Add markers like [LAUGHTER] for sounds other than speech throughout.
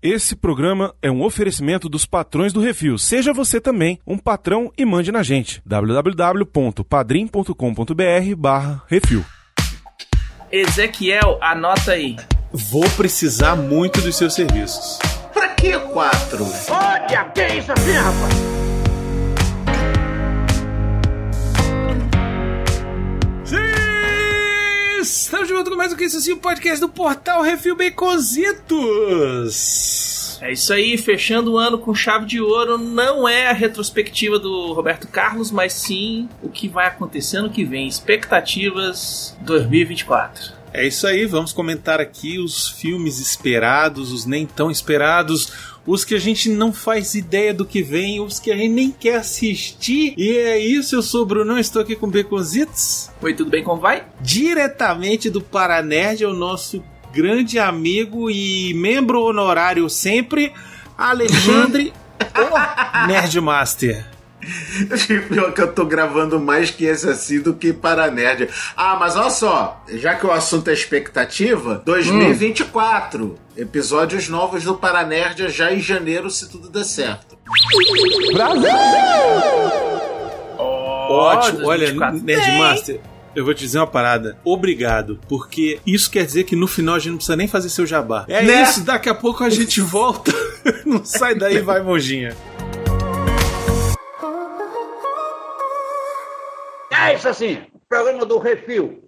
Esse programa é um oferecimento dos patrões do Refil. Seja você também um patrão e mande na gente. www.padrim.com.br barra Refil. Ezequiel, anota aí. Vou precisar muito dos seus serviços. Pra que quatro? Olha, que é isso assim, rapaz? Estamos de volta com mais um que isso assim, o podcast do Portal Refil Baconzitos. É isso aí, fechando o ano com chave de ouro, não é a retrospectiva do Roberto Carlos, mas sim o que vai acontecer ano que vem, expectativas 2024. É isso aí, vamos comentar aqui os filmes esperados, os nem tão esperados, os que a gente não faz ideia do que vem, os que a gente nem quer assistir. E é isso, eu sou o Bruno, estou aqui com o Beconzitos. Oi, tudo bem, como vai? Diretamente do Paranerd, é o nosso grande amigo e membro honorário sempre, Alexandre o Nerdmaster. [LAUGHS] Pior que eu tô gravando mais que esse assim do que para nerd. Ah, mas olha só, já que o assunto é expectativa, 2024. Episódios novos do Paranerdia já em janeiro, se tudo der certo. Ótimo, 2024. olha, Tem. Nerdmaster. Eu vou te dizer uma parada. Obrigado, porque isso quer dizer que no final a gente não precisa nem fazer seu jabá. É Né? isso, daqui a pouco a gente volta. [LAUGHS] não sai daí, vai, monjinha. É isso assim, programa do Refil.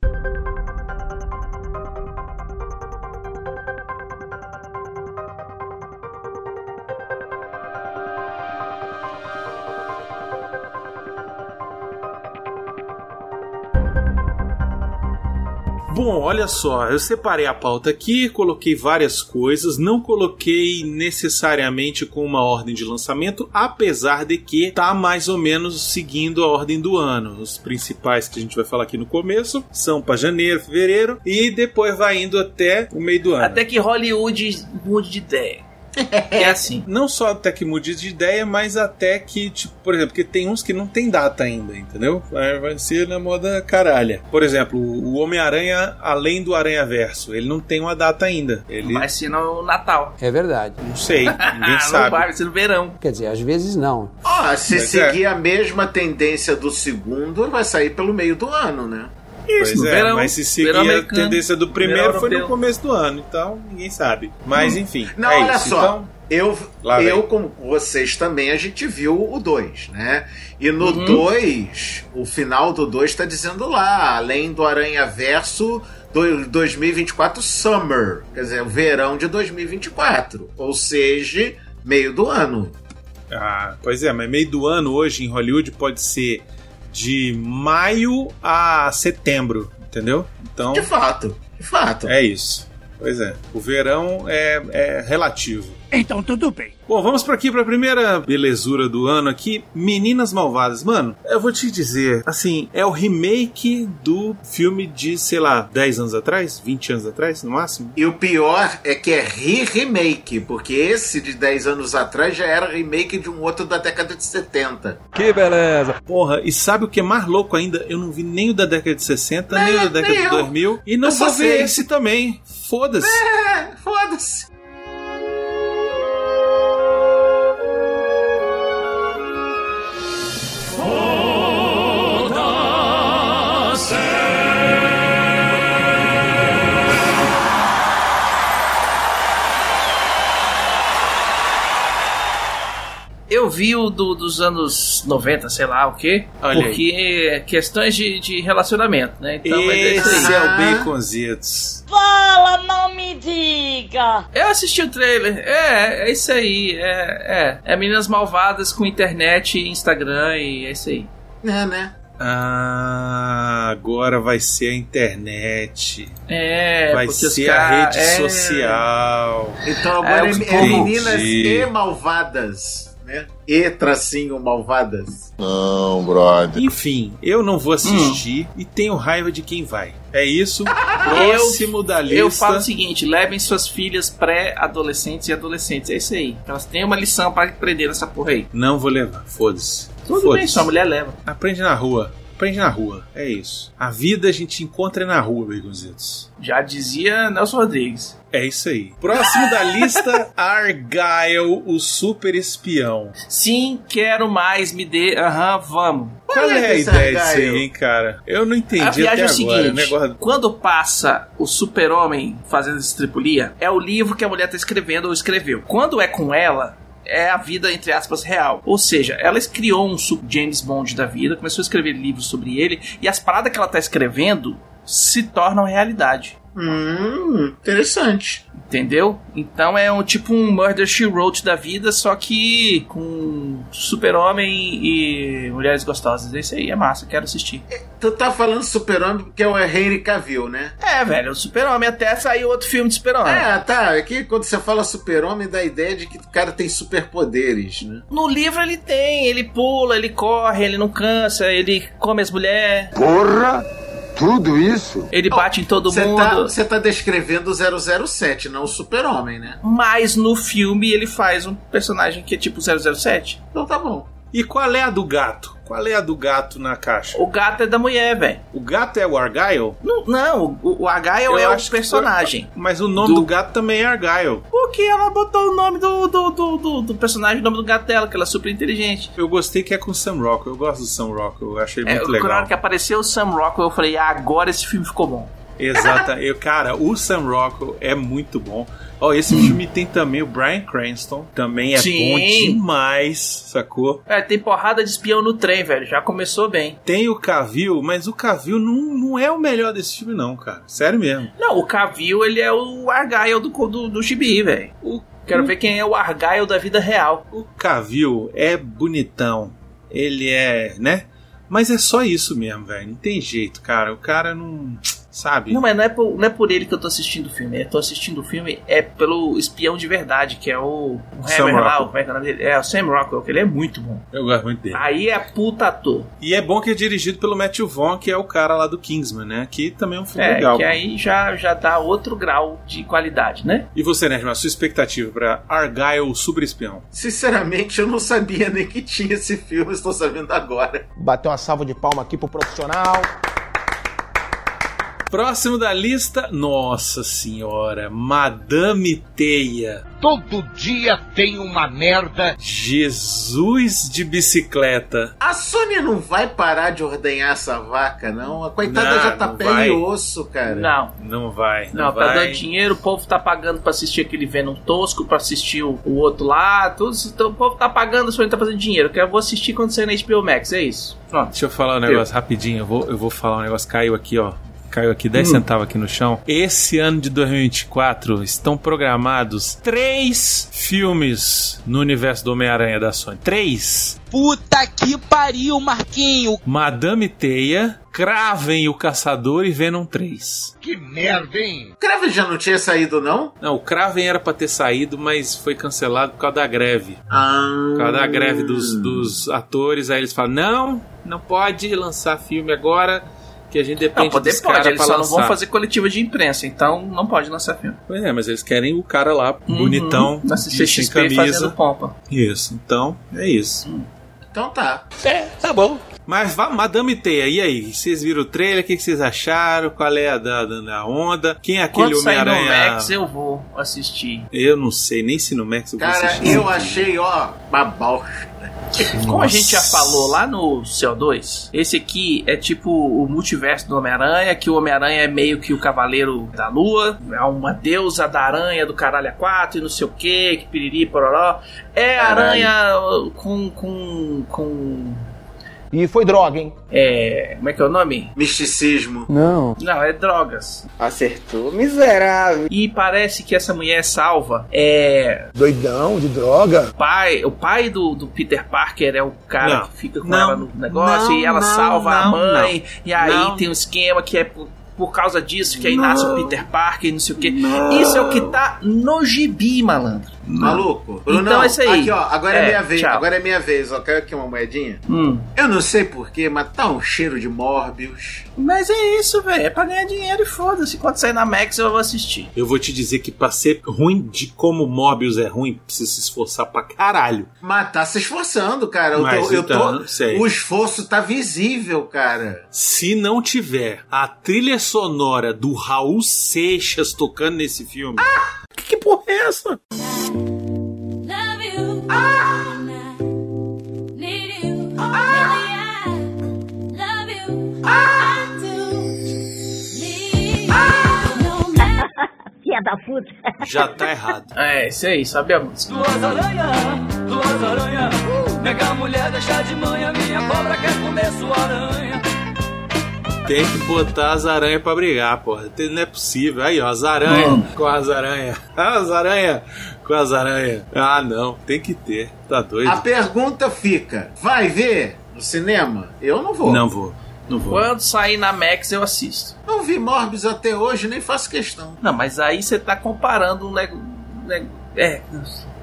Bom, olha só, eu separei a pauta aqui, coloquei várias coisas, não coloquei necessariamente com uma ordem de lançamento, apesar de que tá mais ou menos seguindo a ordem do ano. Os principais que a gente vai falar aqui no começo são para janeiro, fevereiro e depois vai indo até o meio do ano. Até que Hollywood mude de ideia. É assim. Não só até que mude de ideia, mas até que, tipo, por exemplo, porque tem uns que não tem data ainda, entendeu? Aí Vai ser na moda caralha. Por exemplo, o Homem-Aranha, além do Aranha-Verso, ele não tem uma data ainda. Ele, Vai ser no Natal. É verdade. não sei, [LAUGHS] ninguém não sabe. vai, vai ser no verão. Quer dizer, às vezes não. Ó, se Mas é. seguir a mesma tendência do segundo, vai sair pelo meio do ano, né? Pois no é, verão, mas se verão seguir a americano, tendência do primeiro, verão foi no europeu. Hum. começo do ano, então ninguém sabe. Mas enfim, Não, é olha isso. só. Então, Eu, Lá vem. eu como vocês também, a gente viu o 2, né? E no Uhum. 2, o final do 2 está dizendo lá, além do Aranha Verso do- 2024 Summer, quer dizer, o verão de 2024, ou seja, meio do ano. ah, pois é, mas meio do ano hoje em Hollywood pode ser de maio a setembro, entendeu? Então, De fato, de fato. É isso. Pois é. O verão é, é relativo. Então tudo bem. Bom, vamos para aqui para a primeira belezura do ano aqui, Meninas Malvadas. Mano, eu vou te dizer, assim, é o remake do filme de, sei lá, 10 anos atrás, 20 anos atrás, no máximo. E o pior é que é re-remake, porque esse de 10 anos atrás já era remake de um outro da década de 70. Que beleza! Porra, e sabe o que é mais louco ainda? Eu não vi nem o da década de 60, nem, o da década nem de eu. 2000 e não Eu só vou ver sei. esse também. Foda-se. É, foda-se. Eu vi o do- dos anos 90, sei lá o quê. Olha aí. porque é questões de, de relacionamento, né? Então, mas é isso aí. Esse é o Ah. Baconzitos. Fala, não me diga! Eu assisti o trailer. É, é isso aí. É, é. É Meninas Malvadas com internet e Instagram e é isso aí. É, né? Ah, agora vai ser a internet. É, vai porque os ser a cara- rede é. social. Então agora É, os é, é povos. meninas Entendi. e malvadas, né? E tracinho malvadas. Enfim, eu não vou assistir Hum. e tenho raiva de quem vai. É [LAUGHS] isso. Próximo da lista. Eu falo assim. o seguinte: levem suas filhas pré-adolescentes e adolescentes. É isso aí. Elas têm uma lição pra aprender nessa porra aí. Não vou levar. Foda-se. Tudo bem, Foda-se. sua mulher leva. Aprende na rua. aprende na rua. É isso. A vida a gente encontra na rua, Baconzitos. Já dizia Nelson Rodrigues. É isso aí. Próximo da lista, [LAUGHS] Argyle, o super espião. Sim, quero mais, me dê. Aham, vamos. Qual é a esse ideia disso aí, Argyle? hein, cara? Eu não entendi a viagem até é o agora. seguinte: Negócio- quando passa o super-homem fazendo estripulia, é o livro que a mulher tá escrevendo ou escreveu. Quando é com ela. É a vida, entre aspas, real. Ou seja, ela criou um sub James Bond da vida, começou a escrever livros sobre ele, e as paradas que ela tá escrevendo se tornam realidade. Hum, interessante. Entendeu? Então é um tipo um Murder She Wrote da vida, só que com super-homem e mulheres gostosas. Esse aí é massa, quero assistir. Tu tá falando super-homem porque é o Henry Cavill, né? É, velho, o super-homem até saiu outro filme de Ah. super-homem. É, tá. Aqui quando você fala super-homem dá a ideia de que o cara tem superpoderes, né? No livro ele tem, ele pula, ele corre, ele não cansa, ele come as mulheres, Porra! Tudo isso? ele bate em todo Você mundo. tá, você tá descrevendo o 007, não o super-homem, né? Mas no filme ele faz um personagem que é tipo 007. Então tá bom. E qual é a do gato? Qual é a do gato na caixa? O gato é da mulher, velho. O gato é o Argyle? Não, não, o, o H é Eu o acho que personagem. Mas o nome Do- do, gato também é Argyle. Porque ela botou o nome do, do, do, do, do personagem, o nome do gato dela, que ela é super inteligente. Eu gostei que é com o Sam Rockwell. Eu gosto do Sam Rockwell. Eu achei É, muito quando na legal. hora que apareceu o Sam Rockwell, eu falei, ah, agora esse filme ficou bom. Exato. Eu, cara, o Sam Rockwell é muito bom. Ó, Hum. esse filme tem também o Brian Cranston. Também é Sim. bom demais, sacou? É, tem porrada de espião no trem, velho. Já começou bem. Tem o Cavill, mas o Cavill não, não é o melhor desse filme não, cara. Sério mesmo. Não, o Cavill, ele é o Argyle do, do, do Gibi, velho. O, Quero ver quem é o Argyle da vida real. o Cavill é bonitão. Ele é, né? Mas é só isso mesmo, velho. Não tem jeito, cara. O cara não... Sabe? Não, mas não é, por, não é por ele que eu tô assistindo o filme. Eu tô assistindo o filme é pelo espião de verdade, que é o, o Sam Hammer lá, Rockwell. como é que é o nome dele? É, o Sam Rockwell, que ele é muito bom. Eu gosto muito dele. Aí é puta ator. E é bom que é dirigido pelo Matthew Vaughn, que é o cara lá do Kingsman, né? Que também é um filme É, legal. que aí já, já dá outro grau de qualidade, né? E você, né, a sua expectativa pra Argyle Super Espião? Sinceramente, eu não sabia nem que tinha esse filme, estou sabendo agora. Bateu uma salva de palma aqui pro profissional. Próximo da lista, nossa senhora, Madame Teia. Todo dia tem uma merda. Jesus de bicicleta. A Sony não vai parar de ordenhar essa vaca, não? A coitada Não, já tá não pele vai. e osso, cara. Não. Não vai, não, Não, tá vai. dando dinheiro, o povo tá pagando pra assistir aquele Venom tosco, pra assistir o, o outro lá, tudo, então, o povo tá pagando, só ele tá fazendo dinheiro. Que eu vou assistir quando sair na HBO Max, é isso. Pronto. Deixa eu falar um negócio rapidinho, eu vou, eu vou falar um negócio, caiu aqui, ó. Caiu aqui 10 Hum. centavos aqui no chão. Esse ano de 2024 estão programados três filmes no universo do Homem-Aranha da Sony. Três! Puta que pariu, Marquinho! Madame Teia, Craven o Caçador e Venom 3. Que merda, hein? O Crave já não tinha saído, não? Não, o Craven era pra ter saído, mas foi cancelado por causa da greve. Ah. Por causa da greve dos, dos atores, aí eles falam: não, não pode lançar filme agora, que a gente depende Não, poder dos pode, caras eles pra só lançar. não vão fazer coletiva de imprensa, então não pode lançar filme. Pois é, mas eles querem o cara lá, bonitão, Uhum. Na de sem CCXP camisa. fazendo pompa. Isso, então, é isso. Então tá. Mas vá, Madame Teia, e aí? Vocês viram o trailer? O que que vocês acharam? Qual é a da, da- da onda? Quem é aquele Quando sair no Homem-Aranha? Max, eu vou assistir. Eu não sei, nem se no Max eu vou Cara, assistir. eu achei, ó, babau. Como a Nossa. gente já falou lá no CO2, esse aqui é tipo o multiverso do Homem-Aranha, que o Homem-Aranha é meio que o Cavaleiro da Lua, é uma deusa da aranha do caralho a quatro e não sei o que, que piriri, pororó. É Caralho. aranha uh, com, com, com... E foi droga, hein? É... como é que é o nome? Misticismo. Não. Não, é drogas. Acertou, miserável! E parece que essa mulher salva é Doidão de droga. pai, o pai do, do Peter Parker é o cara Não. que fica com Não. ela no negócio Não, e ela não, salva a não, mãe e aí Não. tem um esquema que é por, por causa disso que aí Não. nasce o Peter Parker e não sei o que. Isso é o que tá no gibi, malandro. Maluco. Bruno, Então é isso aí. Aqui, ó. Agora é, É, minha vez. tchau. Agora é minha vez. Ó, quer aqui uma moedinha? Hum. Eu não sei porquê, mas tá um cheiro de Morbius. Mas é isso, velho. É pra ganhar dinheiro e foda-se. Quando sair na Max, eu vou assistir. Eu vou te dizer que pra ser ruim de como Mobius é ruim, precisa se esforçar pra caralho. Mas tá se esforçando, cara. Eu tô- Mas eu então, tô- sério. o esforço tá visível, cara. Se não tiver a trilha sonora do Raul Seixas tocando nesse filme. Que, que porra é essa? Ah! Ah! Filha da puta. Já tá errado. É, isso aí, sabe a música. Tem que botar as aranhas pra brigar, porra. Tem- Não é possível. Aí, ó, as aranhas Hum. com as aranhas. [LAUGHS] As aranhas com as aranhas. Ah, não. Tem que ter. Tá doido? A pergunta fica: vai ver no cinema? Eu não vou. Não vou. Não vou. Quando sair na Max, eu assisto. Não vi Morbius até hoje, nem faço questão. Não, mas aí você tá comparando um nego... nego- É,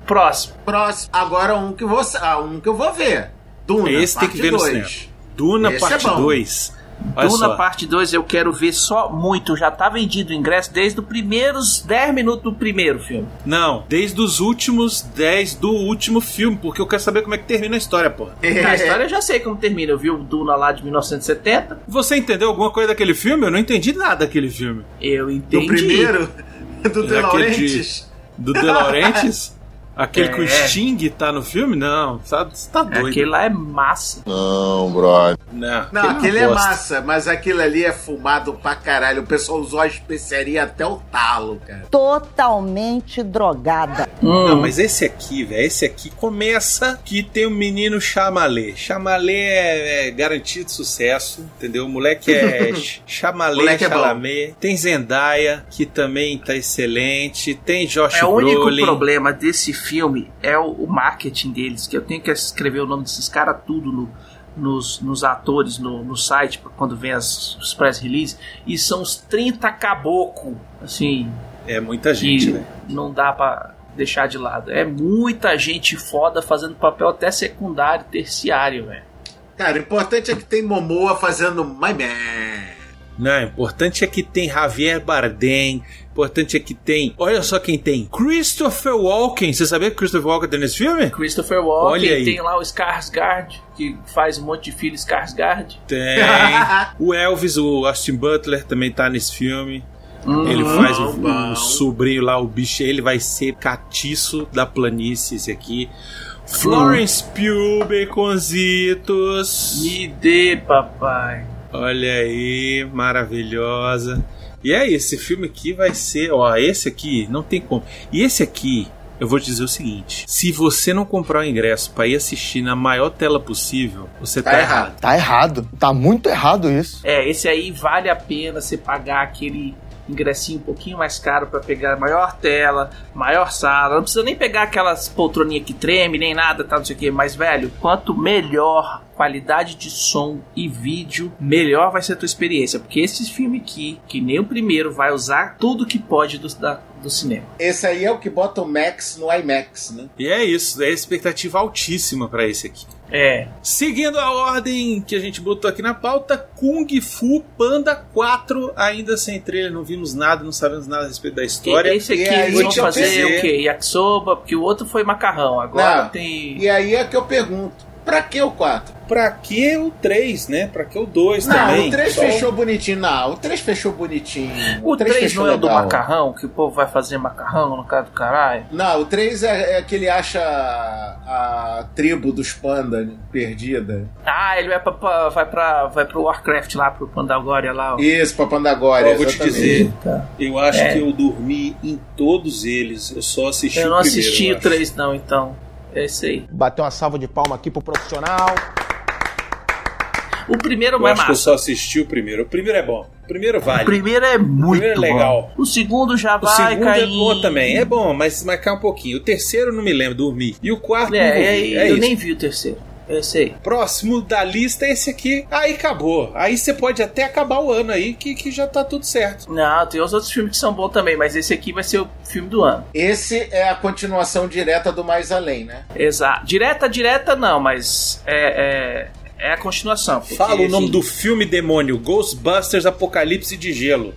próximo. Próximo. Agora um que você, ah, um que eu vou ver. Duna. Esse tem parte que ver no dois. cinema. Duna Esse é Parte bom. 2. Olha Duna só. parte 2 eu quero ver só muito. Já tá vendido o ingresso desde os primeiros 10 minutos do primeiro filme. Não, desde os últimos 10 do último filme, porque eu quero saber como é que termina a história, porra. É. Na história eu já sei como termina. Eu vi o Duna lá de 1970. Você entendeu alguma coisa daquele filme? Eu não entendi nada daquele filme. Eu Do entendi. primeiro? [LAUGHS] Do De Aquele Laurentiis? Do De [LAUGHS] Laurentiis? Aquele que É. o Sting tá no filme? Não, tá, tá doido. Aquele lá é massa. Não, brother. Não, Não, aquele é bosta. massa, mas aquilo ali é fumado pra caralho. O pessoal usou a especiaria até o talo, cara. Totalmente drogada. Hum. Não, mas esse aqui, velho, esse aqui começa que tem o menino chamalê. Chamalê é, é garantido sucesso, entendeu? O moleque [LAUGHS] é ch- chamalê, Moleque é bom. chalamê. tem Zendaya, que também tá excelente. Tem Josh É o único Brolin. problema desse filme é o, o marketing deles, que eu tenho que escrever o nome desses caras tudo no- nos, nos atores, no, no site, pra quando vem as, os press release, e são os 30 caboclo, assim, É muita gente, que velho. não dá pra deixar de lado. É muita gente foda fazendo papel até secundário, terciário, velho. Cara, o importante é que tem Momoa fazendo My Man. Não, o importante é que tem Javier Bardem. o Importante é que tem. Olha só quem tem. Christopher Walken. Você sabia que Christopher Walken tem nesse filme? Christopher Olha aí. Walken, tem lá o Skarsgård, que faz um monte de filho Skarsgård. Tem. o Elvis, o Austin Butler também tá nesse filme. Ele Uhum. faz o, bom. o sobrinho lá, o bicho, ele vai ser catiço da planície, esse aqui. Florence Pugh, baconzitos. Me dê, papai. Olha aí, maravilhosa. E aí, esse filme aqui vai ser, ó, esse aqui não tem como. E esse aqui, eu vou te dizer o seguinte: se você não comprar o ingresso pra ir assistir na maior tela possível, você tá, Tá errado. errado. Tá errado. Tá muito errado isso. É, esse aí vale a pena você pagar aquele ingressinho um pouquinho mais caro pra pegar maior tela, maior sala. Não precisa nem pegar aquelas poltroninhas que treme, nem nada, tá, não sei o que. Mas, velho, quanto melhor qualidade de som e vídeo, melhor vai ser a tua experiência. Porque esse filme aqui, que nem o primeiro, vai usar tudo que pode do, da- do cinema. Esse aí é o que bota o Max no IMAX, né? E é isso, é expectativa altíssima pra esse aqui. É, Seguindo a ordem que a gente botou aqui na pauta, Kung Fu Panda 4, ainda sem trailer, não vimos nada, não sabemos nada a respeito da história. esse E aqui aí, eles vão deixa eu fazer dizer. o quê? Yakisoba, porque o outro foi macarrão. Agora Não. tem... E aí é que eu pergunto: pra que o 4? Pra que o 3, né? Pra que o 2 Não, também? o 3 Só- fechou bonitinho. Não, o 3 fechou bonitinho. O 3 fechou não é o do legal. macarrão, que o povo vai fazer macarrão no cara do caralho. Não, o 3 é, é que ele acha a, a tribo dos pandas perdida. Ah, ele vai pra, pra- vai pra, vai pro Warcraft lá, pro Pandagória lá. ó. Isso, pra Ó, Pandagória. vou te exatamente. dizer, Tá. eu acho É. que eu dormi em todos eles, eu só assisti Eu o não primeiro, assisti eu o acho. 3 não, então. É isso aí. Bateu uma salva de palma aqui pro profissional. O primeiro é Eu mais acho que eu massa. só assisti o primeiro. O primeiro é bom. O primeiro O vale. primeiro é muito primeiro é legal. bom. O segundo já O vai segundo cair. é bom também, é bom, mas marcar um pouquinho. O terceiro eu não me lembro, dormi. E o quarto É, não vou é, ver, é eu isso. nem vi o terceiro. É Eu sei. Próximo da lista é esse aqui. Aí acabou. Aí você pode até acabar o ano aí, que, que já tá tudo certo. Não, tem os outros filmes que são bons também, mas esse aqui vai ser o filme do ano. Esse é a continuação direta do Mais Além, né? Exato. Direta, direta não, mas é, é, é a continuação. porque, Fala o nome enfim, do filme demônio: Ghostbusters Apocalipse de Gelo.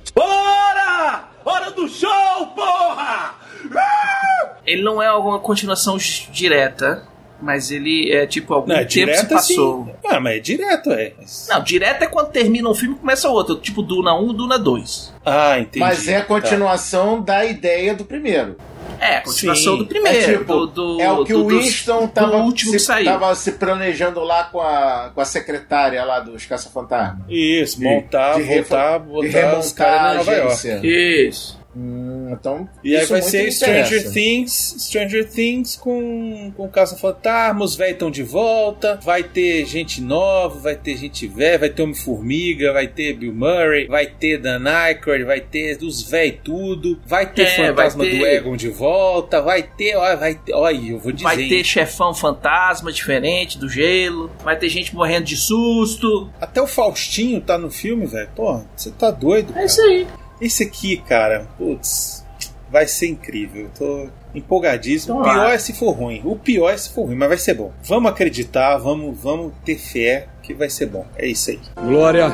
Ele não é alguma continuação j- direta, mas ele é tipo algum Não, é tempo se direto assim. passou. Ah, mas é direto, é. Não, direta é quando termina um filme e começa outro. Tipo Duna 1, Duna 2. Ah, entendi. Mas é a Tá. continuação da ideia do primeiro. É, a continuação Sim. do primeiro. é tipo, do, do- é o que do- o do- Winston do tava, último se, que saiu. tava se planejando lá com a, com a secretária lá dos Caça-Fantasma. Isso, De- montar, de voltar, refa- botar de os remontar caras a em Nova York. agência. Isso. Hum, então, E aí isso vai muito ser me Stranger interessa. Things, Stranger Things com, com Caça Fantasma, os velhos estão de volta, vai ter gente nova, vai ter gente velha, vai ter Homem-Formiga, vai ter Bill Murray, vai ter Dan Aykroyd, vai ter os velhos tudo, vai ter É, Fantasma vai ter- do Egon de volta, vai ter, ó, vai ter, ó, eu vou dizer, Vai ter hein, chefão fantasma diferente do gelo. Vai ter gente morrendo de susto. até o Faustinho tá no filme, velho, porra, você tá doido, cara. aí. Esse aqui, cara, putz, vai ser incrível. Tô empolgadíssimo. O Tomara. pior é se for ruim. O pior é se for ruim, mas vai ser bom. Vamos acreditar, vamos, vamos ter fé que vai ser bom. É isso aí. Glória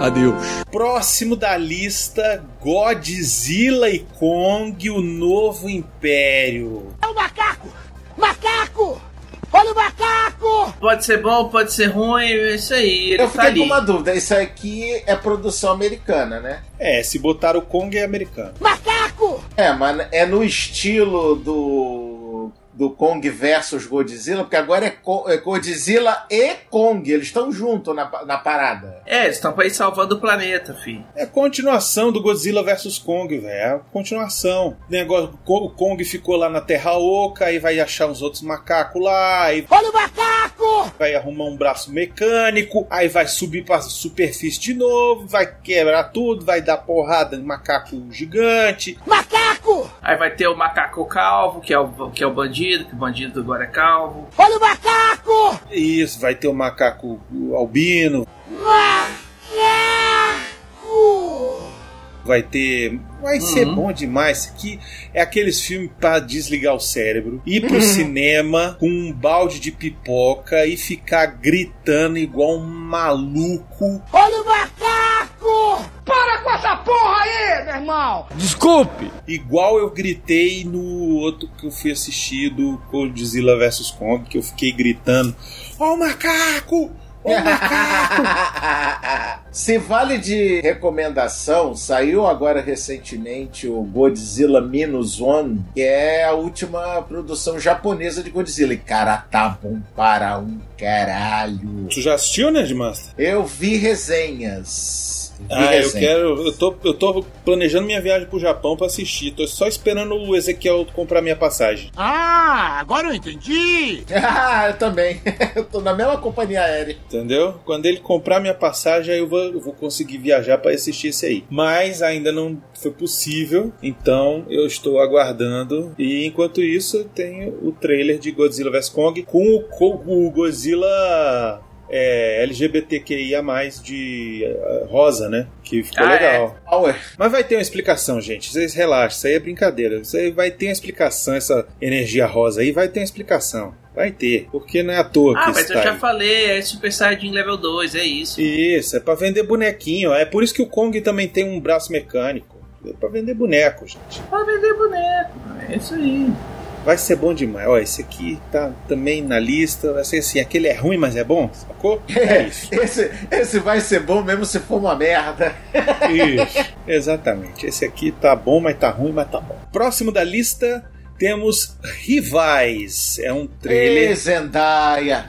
a Deus. Próximo da lista, Godzilla e Kong, o novo império. Pode ser bom, pode ser ruim, é isso aí. Ele tá Eu fiquei com ali. uma dúvida. Isso aqui é produção americana, né? É, se botar o Kong é americano. É, mas é no estilo do, do Kong versus Godzilla, porque agora é, Co- é Godzilla e Kong. Eles estão juntos na, pa- [LAUGHS] na parada. É, eles estão pra ir salvando o planeta, filho. É continuação do Godzilla vs Kong, velho. É a continuação. O negócio, o Kong ficou lá na Terra Oca, aí vai achar uns outros macacos lá, aí Olha o macaco! vai arrumar um braço mecânico, aí vai subir pra superfície de novo, vai quebrar tudo, vai dar porrada no macaco gigante. Macaco! Aí vai ter o macaco calvo, que é o, que é o bandido, que o bandido agora é calvo. Olha o macaco! Isso, vai ter o macaco albino, Macaco! vai ter. Vai ser Uhum. bom demais. Isso aqui é aqueles filmes pra desligar o cérebro, ir pro cinema com um balde de pipoca e ficar gritando igual um maluco Olha o macaco! Para com essa porra aí, meu irmão! Desculpe! Igual eu gritei no outro que eu fui assistir do Godzilla vs Kong, que eu fiquei gritando: Ó o macaco! Ó o macaco! Se vale de recomendação, saiu agora recentemente o Godzilla Minus One, que é a última produção japonesa de Godzilla. E cara, tá bom para um caralho. tu já assistiu, né, Nerdmaster? Eu vi resenhas. Vi Ah, eu resenhas. quero. Eu tô, eu tô planejando minha viagem pro Japão pra assistir. Tô só esperando o Ezequiel comprar minha passagem. Ah, agora eu entendi! [LAUGHS] Ah, eu também. Eu tô na mesma companhia aérea. Entendeu? Quando ele comprar minha passagem, aí eu vou, eu vou conseguir viajar para assistir esse aí. Mas ainda não foi possível, então eu estou aguardando. E enquanto isso, eu tenho o trailer de Godzilla vs Kong com o, co- o Godzilla é, LGBTQIA, de eh, rosa, né? Que ficou Ah, legal. Ah, ué. Mas vai ter uma explicação, gente. Vocês relaxam, isso aí é brincadeira. Isso aí vai ter uma explicação, essa energia rosa aí vai ter uma explicação. Vai ter, porque não é à toa que Ah, mas isso eu tá já aí. falei, é Super Saiyajin Level 2, é isso. Isso, é pra vender bonequinho. É por isso que o Kong também tem um braço mecânico. É pra vender boneco, gente. Pra vender boneco, é isso aí. Vai ser bom demais. Ó, esse aqui tá também na lista. Vai ser assim, aquele é ruim, mas é bom, sacou? [LAUGHS] É isso. Esse, esse vai ser bom mesmo se for uma merda. isso. Exatamente. Esse aqui tá bom, mas tá ruim, mas tá bom. Próximo da lista temos Rivais. É um Ê, trailer. Zendaya.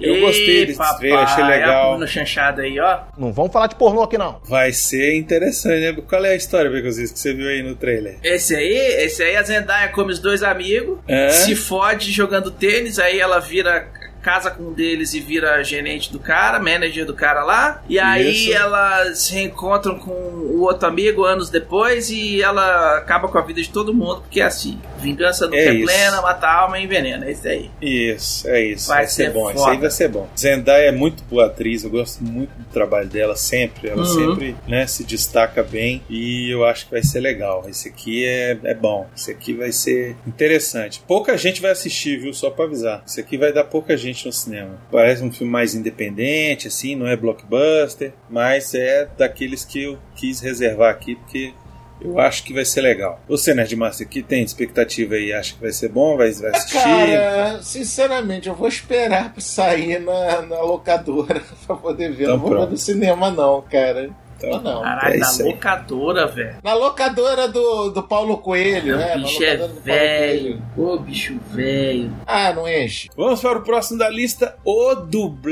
Eu gostei desse trailer, achei legal. No chanchado aí, ó. Não vamos falar de pornô aqui, não. Vai ser interessante, né? Qual é a história, Becozis, que você viu aí no trailer? Esse aí, é esse aí a Zendaya come os dois amigos, É? se fode jogando tênis, aí ela vira casa com um deles e vira gerente do cara, manager do cara lá. E aí Isso. elas se reencontram com o outro amigo anos depois e ela acaba com a vida de todo mundo, porque é assim, vingança nunca É é, isso. plena, mata a alma e envenena, é isso aí. Isso, é isso. Vai, Vai ser, ser bom. Isso foda. aí vai ser bom. Zendaya é muito boa atriz, eu gosto muito do trabalho dela sempre. Ela Uhum. sempre né, se destaca bem e eu acho que vai ser legal. Esse aqui é, é bom. Esse aqui vai ser interessante. Pouca gente vai assistir, viu? Só pra avisar. Esse aqui vai dar pouca gente no cinema. Parece um filme mais independente, assim, não é blockbuster, mas é daqueles que eu quis reservar aqui porque. Eu acho que vai ser legal. Você, Nerdmaster, que tem expectativa aí? Acha que vai ser bom? Vai, É, vai assistir? Cara, sinceramente, eu vou esperar pra sair na, na locadora [LAUGHS] pra poder ver. Então não vou ver pronto. Então no cinema, não, cara. Não, não. É Caralho, na locadora, velho. Na locadora do, do Paulo Coelho, né? O Na bicho é locadora do Paulo velho. Ô, bicho velho. Ah, não enche. Vamos para o próximo da lista, o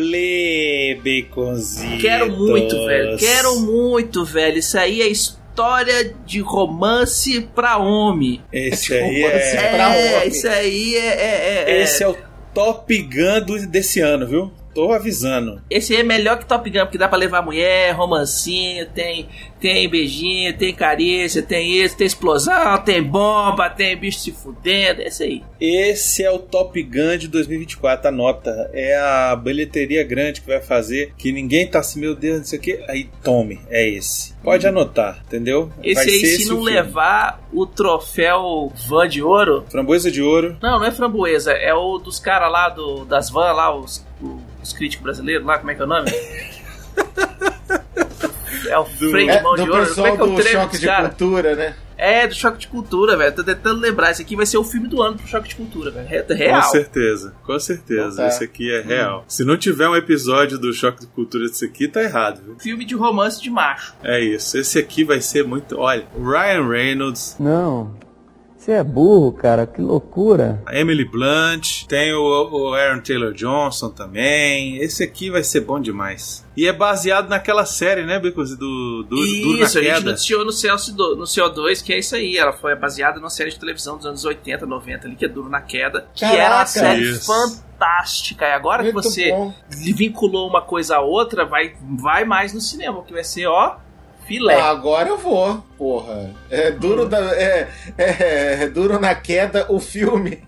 dublê, Baconzinho. Quero muito, velho. Quero muito, velho. Isso aí é história de romance pra homem. Esse aí é... É, isso aí é. é, é- Esse é o Top Gun do- desse ano, viu? Tô avisando. Esse aí é melhor que Top Gun, porque dá pra levar mulher, romancinho, tem, tem beijinho, tem carícia, tem isso, tem explosão, tem bomba, tem bicho se fudendo, é esse aí. Esse é o Top Gun de 2024, anota. É a bilheteria grande que vai fazer, que ninguém tá assim, meu Deus, não sei o que. Aí, tome, é esse. Pode anotar, entendeu? Uhum. Esse Vai aí, ser se esse não o filme. levar o troféu van de ouro. Framboesa de ouro. Não, não é framboesa, é o dos caras lá do, das van lá, os, os críticos brasileiros lá, como é que é o nome? é o freio de É, mão de do ouro, como é pessoal que é o do treino Choque dos de caras? Cultura, né? É, do Choque de Cultura, velho. Tô tentando lembrar. Esse aqui vai ser o filme do ano pro Choque de Cultura, velho. Re- Real. Com certeza, com certeza. Então tá. Esse aqui é real. Se não tiver um episódio do Choque de Cultura desse aqui, tá errado, viu? Filme de romance de macho. É isso. Esse aqui vai ser muito. Olha, Ryan Reynolds, Não. Você é burro, cara. Que loucura. a Emily Blunt, tem o, o Aaron Taylor Johnson também. Esse aqui vai ser bom demais. E é baseado naquela série, né, Bicos? Do, do Duro na isso, a gente Queda. noticiou no, Celso do- no CO2 que é isso aí. Ela foi baseada numa série de televisão dos anos 80, 90 ali, que é Duro na Queda. Que Caraca! era uma série Isso. fantástica. E agora Muito que você bom. vinculou uma coisa a outra, vai, vai mais no cinema, que vai ser, ó, filé. Ah, agora eu vou, porra. É duro, da, é, é, é duro na queda o filme.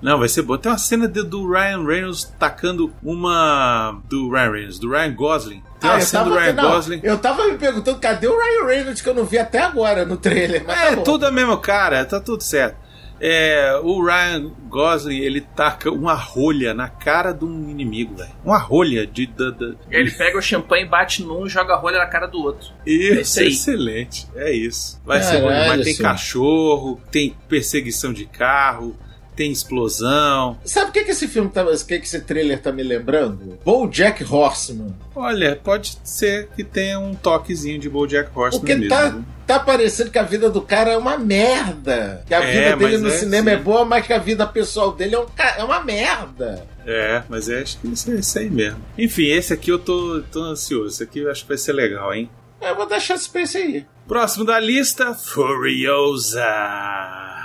Não, vai ser bom. Tem uma cena de- do Ryan Reynolds tacando uma. Do Ryan Reynolls, do Ryan Gosling. Tem uma Ah, eu cena do tava- Ryan não, Gosling. Eu tava me perguntando, cadê o Ryan Reynolds que eu não vi até agora no trailer? Mas É, tá bom. tudo é mesmo, cara, tá tudo certo. É, o Ryan Gosling, ele taca uma rolha na cara de um inimigo, velho. Uma rolha de. da- da- Ele pega o champanhe, bate num, joga a rolha na cara do outro. Isso, é isso aí. excelente. É isso. Vai ser Caralho, bom demais. Tem senhor. cachorro, tem perseguição de carro, tem explosão. Sabe o que, que esse filme tá. O que, que esse trailer tá me lembrando? Bojack Horseman. Olha, pode ser que tenha um toquezinho de Bojack Horseman Porque mesmo. né? tá, viu? tá parecendo que a vida do cara é uma merda. Que a É, vida dele mas no é, cinema sim. é boa, mas que a vida pessoal dele é, um, ca- é uma merda. É, mas é, acho que isso é isso aí mesmo. Enfim, esse aqui eu tô, tô ansioso. Esse aqui eu acho que vai ser legal, hein? Eu vou dar chance pra esse aí. Próximo da lista, Furiosa.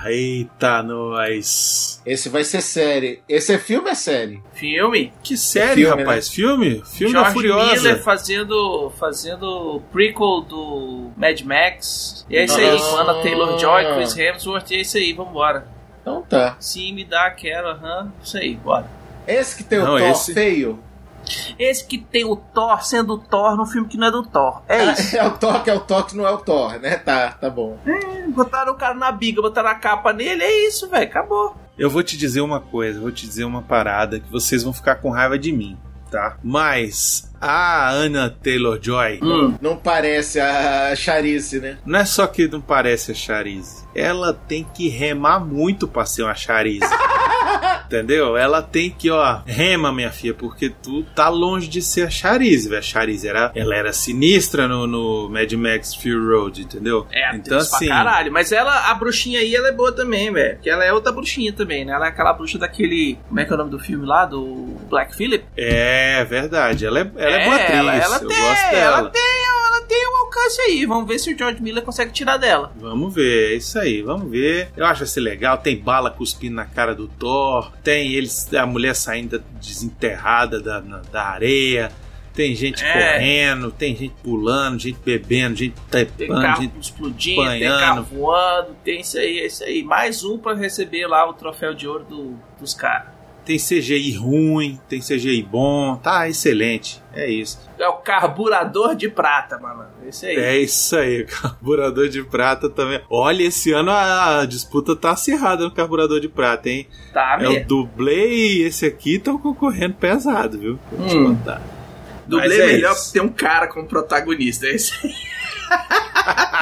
Eita, nós. Esse vai ser série. Esse é filme, é série. É Filme? né? Que série, filme, rapaz? Filme? Filme da George Furiosa. Miller fazendo, fazendo prequel do Mad Max. E é isso aí, Nossa. Ana Taylor-Joy, Chris Hemsworth, e é isso aí, vambora. Então tá. Sim, me dá, quero, aham, isso aí, bora. Esse que tem o Não, Thor esse- [LAUGHS] feio. Esse que tem o Thor sendo o Thor no filme que não é do Thor. É isso. É o Thor que é o Thor que não é o Thor, né? Tá, tá bom. [LAUGHS] botaram o cara na biga, botaram a capa nele, é isso, velho, acabou. Eu vou te dizer uma coisa, vou te dizer uma parada que vocês vão ficar com raiva de mim, tá? Mas a Anna Taylor-Joy Hum. Não parece a Charice, né? não é só que não parece a Charize, ela tem que remar muito pra ser uma Charize. [LAUGHS] Entendeu? Ela tem que, ó, rema, minha filha, porque tu tá longe de ser a Charize, velho. A Charize era, ela era sinistra no, no Mad Max Fury Road, entendeu? É, então, assim, pra caralho. Mas ela, a bruxinha aí, ela é boa também, velho. Porque ela é outra bruxinha também, né? Ela é aquela bruxa daquele. Como é que é o nome do filme lá? Do Black Philip? É verdade, ela é, ela é, boa atriz. Ela, ela eu tem, gosto dela. ela tem, ela tem uma tocar isso aí. Vamos ver se o George Miller consegue tirar dela. Vamos ver, é isso aí, vamos ver. Eu acho esse legal, tem bala cuspindo na cara do Thor, tem eles, a mulher saindo desenterrada da, na- da areia, tem gente É. correndo, tem gente pulando, gente bebendo, gente Tem trepando, carro gente explodindo, tem carro voando, tem isso aí, é isso aí. Mais um pra receber lá o troféu de ouro do- dos caras. tem CGI ruim, tem CGI bom, tá excelente, é isso. É o carburador de prata, malandro. É isso aí. É isso aí, carburador de prata também. Olha, esse ano a disputa tá acirrada no carburador de prata, hein? Tá é mesmo. o dublê e esse aqui estão concorrendo pesado, viu? Vou te Hum. contar. Dublê Mas é é melhor isso. porque tem um cara como protagonista. É isso aí. [LAUGHS]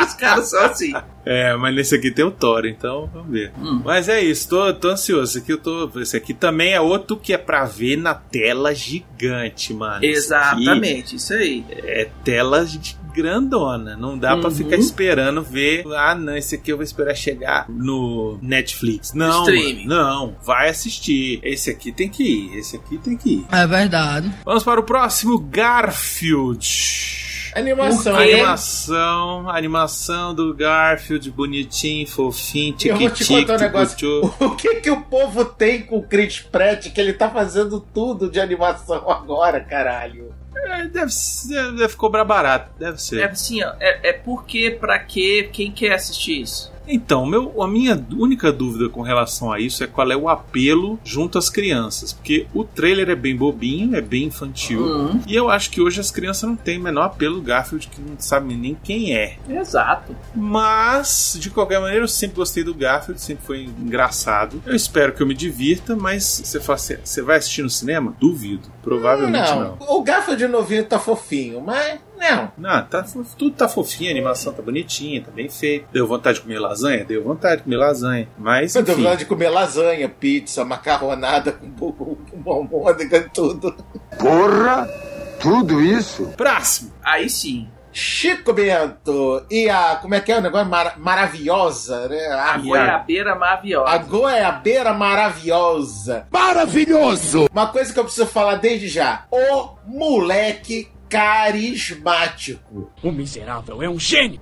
Os caras são assim. É, mas nesse aqui tem o Thor, então vamos ver. Hum. Mas é isso, tô, tô ansioso. Esse aqui, eu tô, esse aqui também é outro que é pra ver na tela gigante, mano. Esse Exatamente, isso aí. aqui É tela de grandona. Não dá pra Uhum. ficar esperando ver. Ah, não, esse aqui eu vou esperar chegar no Netflix. Não, Streaming. mano, não. Vai assistir. Esse aqui tem que ir. Esse aqui tem que ir. É verdade. Vamos para o próximo, Garfield. Animação. A Então, Animação, a animação do Garfield, bonitinho, fofinho, Eu vou te tiquitique, contar um negócio. tchutchu. [LAUGHS] O que que o povo tem com o Chris Pratt que ele tá fazendo tudo de animação agora, caralho? É, deve, ser, deve cobrar barato, deve ser. É assim, ó. É, é por quê, pra quê, quem quer assistir isso? Então, meu, a minha única dúvida com relação a isso é qual é o apelo junto às crianças. Porque o trailer é bem bobinho, é bem infantil. Uhum. E eu acho que hoje as crianças não têm o menor apelo do Garfield, que não sabe nem quem é. Exato. Mas, de qualquer maneira, eu sempre gostei do Garfield, sempre foi engraçado. Eu espero que eu me divirta, mas você fala assim, você vai assistir no cinema? Duvido. Provavelmente não. Não, o Garfield de novinho tá fofinho, mas não. Não, tá, fo- tudo tá fofinho, a animação tá bonitinha, tá bem feita. Deu vontade de comer lasanha? Deu vontade de comer lasanha. Mas, Você tem enfim, vontade de comer lasanha, pizza, macarronada com, com, com almôndega e tudo. Porra! Tudo isso? próximo! Aí sim. Chico Bento e a. Como é que é o negócio? Mar- maravilhosa, né? A, A goiabeira maviosa. é a goiabeira maravilhosa. Maravilhoso! Uma coisa que eu preciso falar desde já: o moleque carismático. é um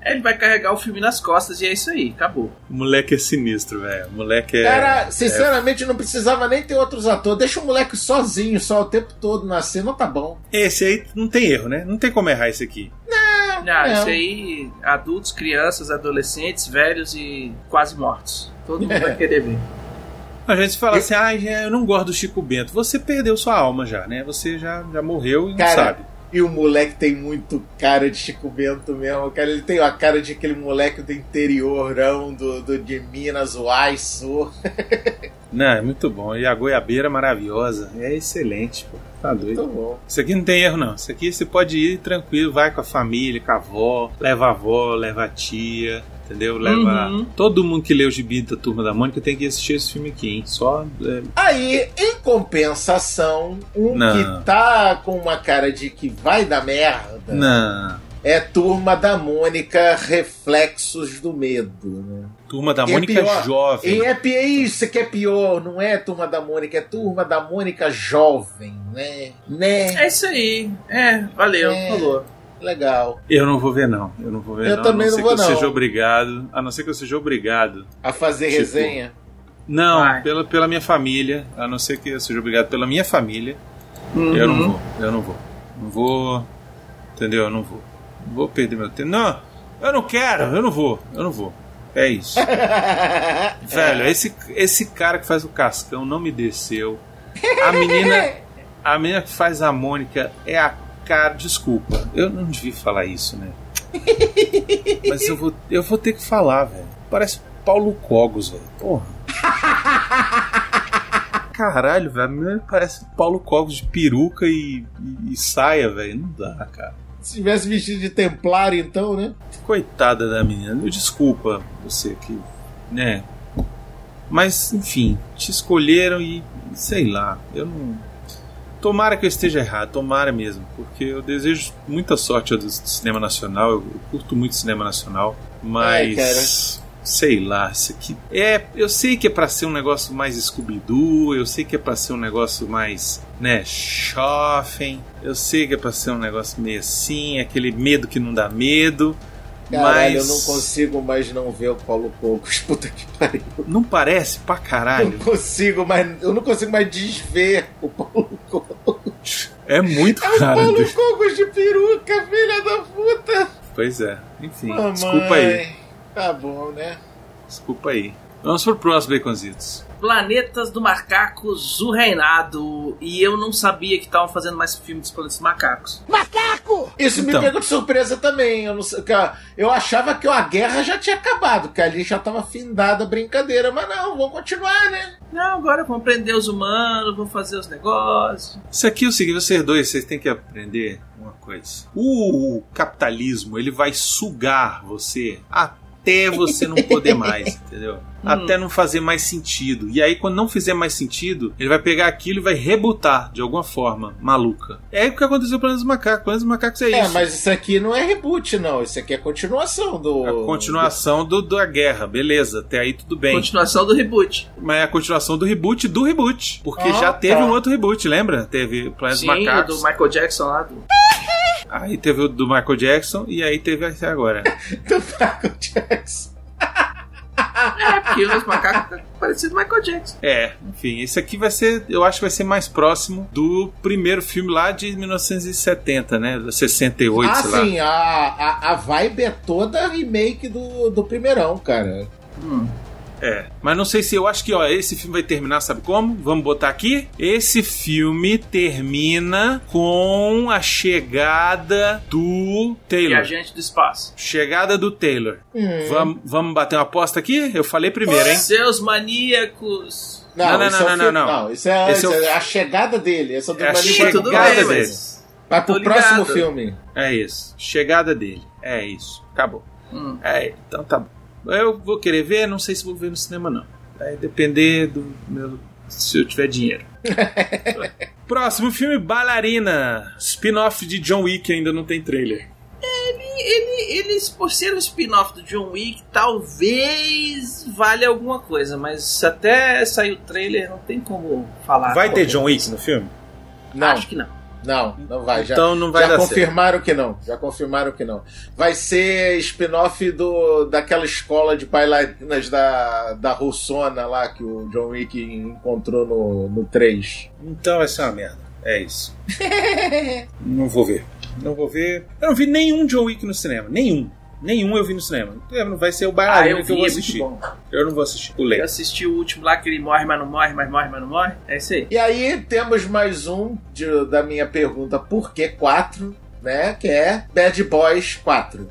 Ele vai carregar o filme nas costas e é isso aí, acabou. O moleque é sinistro, velho. O moleque é. Cara, sinceramente, não precisava nem ter outros atores. Deixa o moleque sozinho, só o tempo todo na cena, tá bom. Esse aí não tem erro, né? Não tem como errar esse aqui. Não, É, não. Ah, isso aí, adultos, crianças, adolescentes, velhos e quase mortos. Todo mundo É. vai querer ver. A gente fala assim, ah, eu não gosto do Chico Bento. Você perdeu sua alma já, né? Você já, já morreu e Cara, não sabe. E o moleque tem muito cara de Chico Bento mesmo, cara. Ele tem a cara de aquele moleque do interiorão, do, do- de Minas, o Sul. Não, é muito bom. E a goiabeira maravilhosa. É excelente, pô. Tá doido. Muito bom. Isso aqui não tem erro, não. Isso aqui você pode ir tranquilo, vai com a família, com a avó, leva a avó, leva a tia, entendeu? Leva. Uhum. Todo mundo que lê o gibi da turma da Mônica tem que assistir esse filme aqui, hein? Só. é, Aí, em compensação, um Não. que tá com uma cara de que vai dar merda. Não. é Turma da Mônica Reflexos do Medo. Né? Turma da E é Mônica pior. jovem. E é, pi- é isso que é pior, não é Turma da Mônica, é Turma da Mônica Jovem, né? Né? É isso aí. É, valeu, É. falou. Legal. Eu não vou ver, não. Eu não vou ver, Eu não. também a não não ser vou, que eu não. seja obrigado. A não ser que eu seja obrigado. A fazer Tipo, resenha. Não, Vai. pela, pela minha família. A não ser que eu seja obrigado pela minha família. Eu não vou, eu não vou. Não vou. Entendeu? Eu não vou. Não vou perder meu tempo. Não, eu não quero, eu não vou, eu não vou. É isso. Velho, esse, esse cara que faz o Cascão não me desceu. A menina. A menina que faz a Mônica é a cara. Desculpa, eu não devia falar isso, né? Mas eu vou, eu vou ter que falar, velho. Parece Paulo Cogos, velho. Porra. Caralho, velho. a menina Parece Paulo Cogos de peruca e, e- e saia, velho. Não dá, cara. Se tivesse vestido de templário, então, né? Coitada da menina. Eu desculpa você que. né? Mas, enfim, te escolheram e. sei lá. Eu não. Tomara que eu esteja errado, tomara mesmo, porque eu desejo muita sorte ao do cinema nacional, eu eu curto muito cinema nacional, mas. Sei lá, isso aqui. É, eu sei que é pra ser um negócio mais scooby doo eu sei que é pra ser um negócio mais, né, Schoffen, eu sei que é pra ser um negócio meio assim, aquele medo que não dá medo. mas Caralho, eu não consigo mais não ver o Paulo Poucos. [LAUGHS] Puta que pariu. Não parece pra Eu caralho. não consigo mais, eu não consigo mais desver o Paulo Cogos. É muito [LAUGHS] É o raro. Paulo Cogos de peruca, filha da puta. Pois é. Enfim, Mamãe. desculpa aí. Tá bom, né? Desculpa aí. Vamos pro próximo, Baconzitos. Planetas do Macaco, Zu Reinado. E eu não sabia que estavam fazendo mais filme dos Planetas dos Macacos. Macaco! Isso Então. me pegou de surpresa também. Eu, não sei, cara, eu achava que a guerra já tinha acabado, que ali já tava findada a brincadeira, mas não, vamos continuar, né? Não, agora vão prender os humanos, vão fazer os negócios. Isso aqui é o seguinte, vocês dois, vocês têm que aprender uma coisa. O capitalismo, ele vai sugar você até você não poder mais, entendeu? Até não fazer mais sentido. E aí, quando não fizer mais sentido, ele vai pegar aquilo e vai rebutar de alguma forma maluca. É o que aconteceu com o Planeta dos Macacos. O Planeta dos Macacos é, É, isso. mas isso aqui não é reboot, não. Isso aqui é continuação do. A continuação do, da guerra, beleza. Até aí tudo bem. Continuação do reboot. Mas é a continuação do reboot do reboot. Porque Ah, já teve tá. um outro reboot, lembra? Teve Planeta dos Sim, o Macacos. do Michael Jackson lá. Do... Aí teve o do Michael Jackson e aí teve até agora. [LAUGHS] do Michael Jackson. É, porque os macacos [LAUGHS] tá parecido Michael Jackson. É, enfim, esse aqui vai ser, eu acho que vai ser mais próximo do primeiro filme lá de 1970, né? 68, ah, sei lá. sim, a, a, a vibe é toda remake do, do primeirão, cara. É. Mas não sei se eu acho que, ó, esse filme vai terminar, sabe como? Vamos botar aqui. Esse filme termina com a chegada do Taylor. Viajante do espaço. Chegada do Taylor. Hum. Vamos vamos bater uma aposta aqui? Eu falei primeiro, hein? Seus maníacos. Não, não, isso não, é não, o filme- não, não. Isso é, Esse é o- isso é a chegada dele. Essa do É a Maníaco. Sim, tudo Chegada bem, dele. mas. Vai pro Tô ligado. próximo filme. É isso. Chegada dele. É isso. Acabou. Hum. É, então tá bom. Eu vou querer ver, não sei se vou ver no cinema, não. Vai depender do meu. se eu tiver dinheiro. [LAUGHS] Próximo filme: Bailarina. Spin-off de John Wick, ainda não tem trailer. ele, ele, por ser um spin-off do John Wick, talvez valha alguma coisa, mas se até sair o trailer, não tem como falar. Vai ter qualquer John Wick coisa. no filme? Não, Acho que não. não, não vai. Já, então não vai já dar confirmaram que não. Já confirmaram que não. Vai ser spin-off do, daquela escola de bailarinas da, da Russona lá que o John Wick encontrou no, no 3. certo. Então vai ser uma merda. É [LAUGHS] isso. não vou ver. Não vou ver. Eu não vi nenhum John Wick no cinema. Nenhum. Nenhum eu vi no cinema. É, Não vai ser o Ah, Bailarina eu que então eu vou vi, é muito assistir. bom. Eu não vou assistir. O Eu Leia. assisti o último lá que ele morre, mas não morre, mas morre, mas não morre. É isso aí. E aí temos mais um de- da minha pergunta: por que 4? Né, que é Bad Boys 4.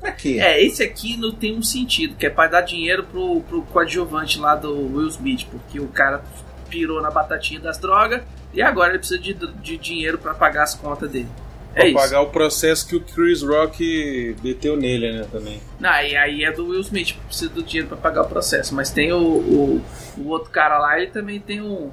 Pra quê? É, esse aqui não tem um sentido, que é pra dar dinheiro pro, pro coadjuvante lá do Will Smith, porque o cara pirou na batatinha das drogas e agora ele precisa de, de dinheiro pra pagar as contas dele. É pra isso. pagar o processo que o Chris Rock meteu nele, né, também. Não, e aí é do Will Smith, precisa do dinheiro pra pagar o processo. Mas tem o, o, o outro cara lá, ele também tem um-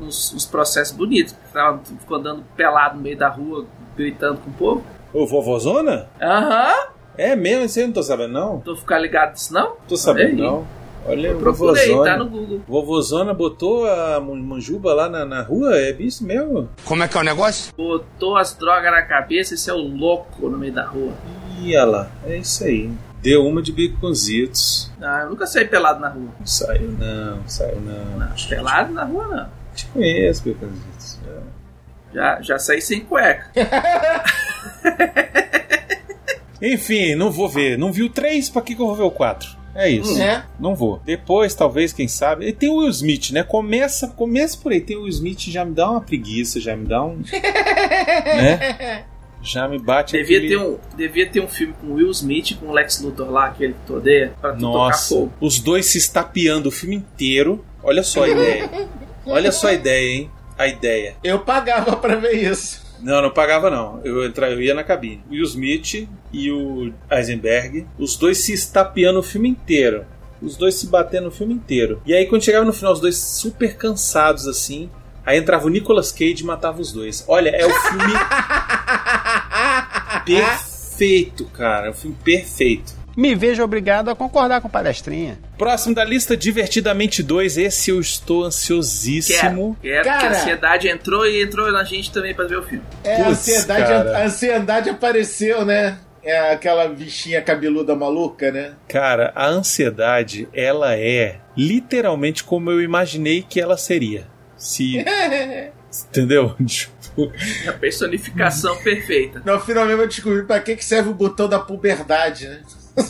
uns, uns processos bonitos. porque Tava, ficou andando pelado no meio da rua, gritando com o povo. Ô, vovozona? Aham, É mesmo? Isso aí eu não tô sabendo, não? não ficar ligado disso não? Tô sabendo, Olha aí. não. Olha, Eu procurei, vovozona. tá no Google. Vovozona botou a man- manjuba lá na, na rua? É isso mesmo? Como é que é o negócio? Botou as drogas na cabeça e seu louco no meio da rua. Ih, olha lá. É isso aí. Deu uma de biconzitos. Ah, eu nunca saí pelado na rua. Não saiu, não. Saiu, não. Não, pelado na rua não. Te conheço, biconzitos. É. Já, já saí sem cueca. Enfim, não vou ver. Não vi o 3, pra que, que eu vou ver o 4? É isso. Né? Não vou. Depois, talvez, quem sabe. E tem o Will Smith, né? Começa, começa por aí. Tem o Will Smith já me dá uma preguiça, já me dá um. né? Já me bate Devia aquele- ter, um, devia ter um filme com Will Smith, com o Lex Luthor lá, aquele que tu odeia, pra tu tocar Nossa, fogo. os dois se estapeando o filme inteiro. Olha só a ideia. Olha só a ideia, hein? A ideia. Eu pagava pra ver isso. Não, não pagava não. Eu, entra, eu ia na cabine. Will Smith e o Eisenberg, os dois se estapeando o filme inteiro. Os dois se batendo o filme inteiro. E aí quando chegava no final, os dois super cansados assim. Aí entrava o Nicolas Cage e matava os dois. Olha, é o um filme perfeito, cara. É o filme perfeito. me vejo obrigado a concordar com palestrinha. Próximo da lista, Divertidamente 2. Esse eu estou ansiosíssimo. Quero, quero que é a ansiedade entrou e entrou na gente também pra ver o filme. É, a Putz, ansiedade, cara. a ansiedade apareceu, né? É aquela bichinha cabeluda maluca, né? Cara, a ansiedade, ela é literalmente como eu imaginei que ela seria. [LAUGHS] Se. Entendeu? Tipo, É a personificação Hum. perfeita. Não, finalmente eu descobri pra que, que serve o botão da puberdade, né?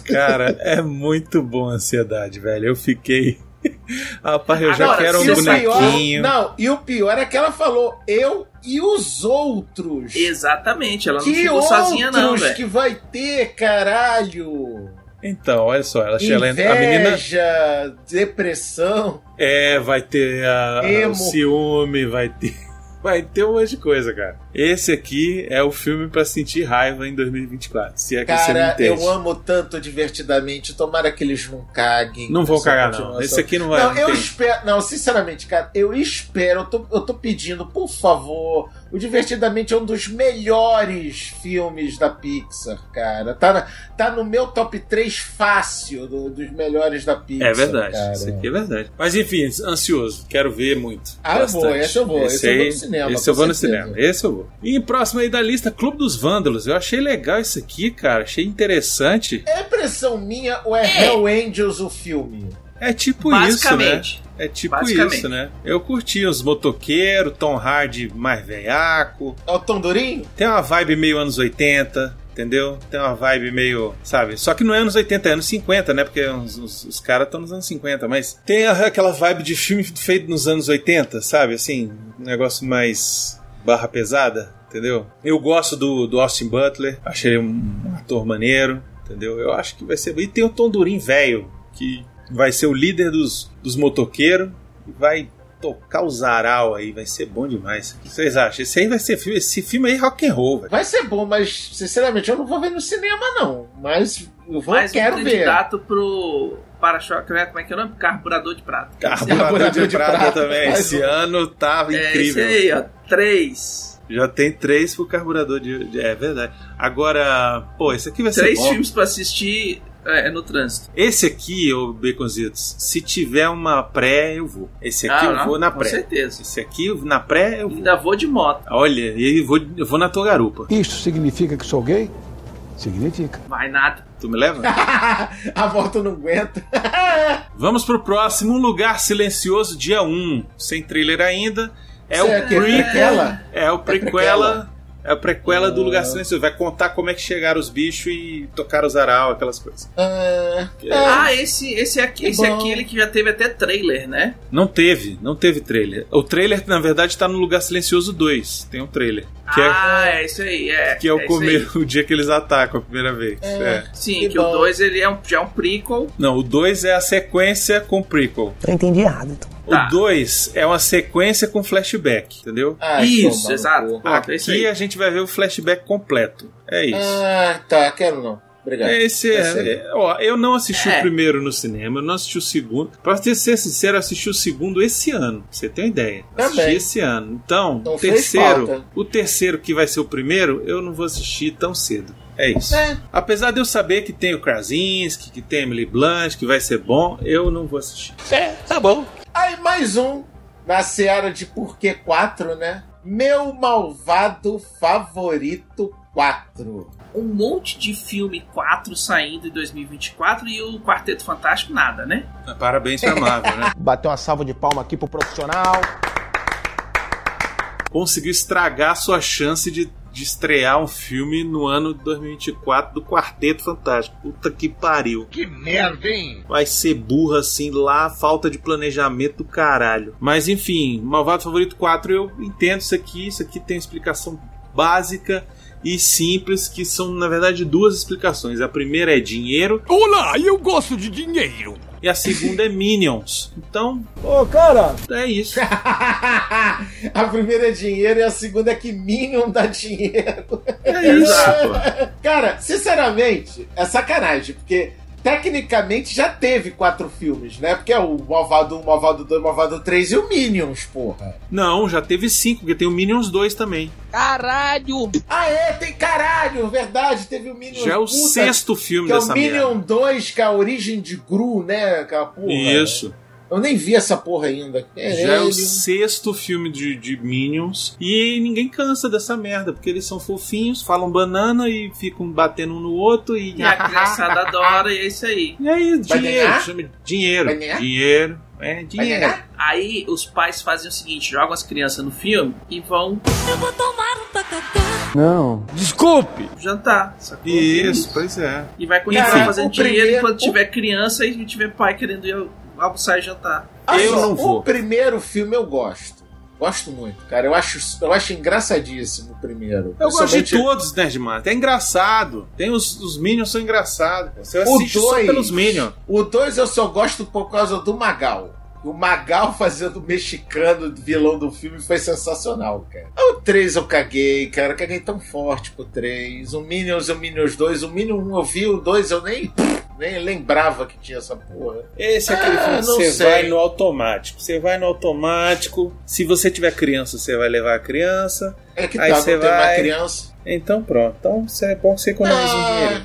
Cara, é muito bom a ansiedade, velho. Eu fiquei. [LAUGHS] Rapaz, eu já Agora, quero um e o bonequinho. Pior, não, e o pior é que ela falou eu e os outros. Exatamente, ela não que ficou outros sozinha, não, velho. que vai ter, caralho? Então, olha só, ela, ela a menina Inveja, depressão. é, vai ter a, Emo. o ciúme, vai ter [LAUGHS] vai ter um monte de coisa, cara. Esse aqui é o filme pra sentir raiva em 2024, se é que você não Cara, entende. eu amo tanto divertidamente. Tomara que eles não caguem. Não vou Essa cagar não. continuação. Esse aqui não vai. Não, eu tem. espero. Não, sinceramente, cara, eu espero. Eu tô, eu tô pedindo, por favor. O Divertidamente é um dos melhores filmes da Pixar, cara. Tá, na- tá no meu top 3 fácil do- dos melhores da Pixar. É verdade, cara. isso aqui é verdade. Mas enfim, ansioso, quero ver muito. Ah, eu vou, bastante. esse eu vou, esse eu aí- vou no cinema, Esse eu com vou no certeza. cinema, esse eu vou. E próximo aí da lista, Clube dos Vândalos. Eu achei legal isso aqui, cara, achei interessante. É impressão minha ou é Hell Angels o filme? É tipo Basicamente. isso, né? É tipo Basicamente. isso, né? Eu curti os motoqueiros, Tom Hardy mais veiaco. É o Tom Durinho? Tem uma vibe meio anos 80, entendeu? Tem uma vibe meio, sabe? Só que não é anos 80, é anos 50, né? Porque os, os- os caras estão nos anos 50, mas tem a- aquela vibe de filme feito nos anos 80, sabe? Assim, um negócio mais barra pesada, entendeu? Eu gosto do, do Austin Butler, achei ele um ator maneiro, entendeu? Eu acho que vai ser. E tem o Tom Durin velho, que vai ser o líder dos, dos motoqueiros e vai tocar o zaral aí, vai ser bom demais. O que vocês acham? Esse aí vai ser filme, esse filme aí é rock and roll, velho. Vai ser bom, mas sinceramente eu não vou ver no cinema, não. Mas eu vou, Mas quero um ver. candidato pro para-choque, né? como é que é o nome? Carburador de prata. Carburador de, de prata, prata, também. mas Esse o- ano tava É incrível. esse aí, ó. Três. Já tem três pro carburador de, de- É verdade. Agora, pô, esse aqui vai Três ser bom. filmes pra assistir é, no trânsito. Esse aqui, ô Baconzitos, se tiver uma pré, eu vou. Esse aqui É Ah, eu não, vou na com pré. certeza. Esse aqui, na pré, eu vou. Ainda vou de moto. Olha, e eu vou, eu vou na tua garupa. Isto significa que sou gay? Significa. Vai nada. Tu me leva? [LAUGHS] [LAUGHS] A volta não aguenta. Vamos pro próximo, Um Lugar Silencioso, dia 1. Sem trailer ainda. É o Será que é prequel. prequela? É o prequela. É o prequela do Ah. Lugar Silencioso. Vai contar como é que chegaram os bichos e tocaram os aral, aquelas coisas. Ah, Ah, esse, esse, aqui, Que esse é bom. aquele que já teve até trailer, né? Não teve, não teve trailer. O trailer, na verdade, tá no Lugar Silencioso 2. Tem um trailer. Que é, ah, é isso aí. É, que é o isso aí. começo, [LAUGHS] o dia que eles atacam a primeira vez. É. Sim, Que que, bom. o 2 ele é um, já é um prequel. Não, o 2 é a sequência com o prequel. Eu entendi errado, então. Tá. O 2 é uma sequência com flashback, entendeu? Ai, isso, toma no exato. cu. Pronto, é isso Aqui aí. a gente vai ver o flashback completo. É isso. Ah, tá, quero não. Obrigado. Esse é, Esse aí. é- ó, eu não assisti É. o primeiro no cinema, eu não assisti o segundo. Pra te ser sincero, eu assisti o segundo esse ano. pra Você tem uma ideia? Também. Assisti esse ano. Então, Então o fez terceiro, falta. o terceiro que vai ser o primeiro, eu não vou assistir tão cedo. É isso. É. Apesar de eu saber que tem o Krasinski, que tem a Emily Blunt, que vai ser bom, eu não vou assistir. Aí mais um na seara de Por que 4, né? Meu malvado favorito 4. Um monte de filme 4 saindo em 2024 e o Quarteto Fantástico nada, né? Parabéns pra Marvel, né? [LAUGHS] Bateu uma salva de palma aqui pro profissional. conseguiu estragar sua chance de, de estrear um filme no ano 2024 do Quarteto Fantástico. Puta que pariu. Que merda, hein? Vai ser burra assim lá, falta de planejamento do caralho. Mas enfim, Malvado Favorito 4, eu entendo isso aqui. Isso aqui tem uma explicação básica e simples, que são na verdade duas explicações. A primeira é dinheiro Olá, eu gosto de dinheiro. e a segunda é Minions. Então, Ô, cara! é isso. [LAUGHS] a primeira é dinheiro e a segunda é que Minion dá dinheiro. É isso. Exato. Cara, sinceramente, é sacanagem, porque tecnicamente já teve quatro filmes, né? Porque é o Malvado 1, Malvado 2, Malvado 3 e o Minions, porra. Não, já teve cinco, porque tem o Minions 2 também. Caralho! Ah, é, tem caralho, verdade, teve o Minions Já é o puta, sexto filme que é dessa o Minion merda. 2, que é a origem de Gru, né? Aquela porra. Isso. Eu nem vi essa porra ainda. Já é o Caralho. sexto filme de, de Minions. E ninguém cansa dessa merda, porque eles são fofinhos, falam banana e ficam batendo um no outro e. ah, E a criançada [LAUGHS] adora e é isso aí. E aí, Vai dinheiro, ganhar? chama dinheiro. Vai ganhar? Dinheiro. É, dinheiro. Aí os pais fazem o seguinte: jogam as crianças no filme e vão. Eu vou tomar um Não. Desculpe! Jantar. sacou? Isso, pois é. E vai continuar Enfim. fazendo O dinheiro primeiro- enquanto tiver criança e tiver pai querendo ir almoçar e jantar. Assim, O primeiro filme eu gosto. Gosto muito, cara. Eu acho, eu acho engraçadíssimo o primeiro. Eu gosto de Principalmente- todos, né, Nerdman. É engraçado. Tem os, os Minions são engraçados. Você O assiste só dois- pelos Minions. O 2 eu só gosto por causa do Magal. O Magal [LAUGHS] fazendo o mexicano vilão do filme foi sensacional, cara. O 3 eu caguei, cara. Eu caguei tão forte pro 3. O Minions e o Minions 2. O Minion 1 eu vi, o 2 eu nem, [LAUGHS] nem lembrava que tinha essa porra. Esse é aquele filme que não você sei. vai no automático. Você vai no automático. Se você tiver criança, você vai levar a criança. É que Aí tá, não você tem vai... mais criança. Então pronto. Então cê- é bom que você economiza um Ah, dinheiro.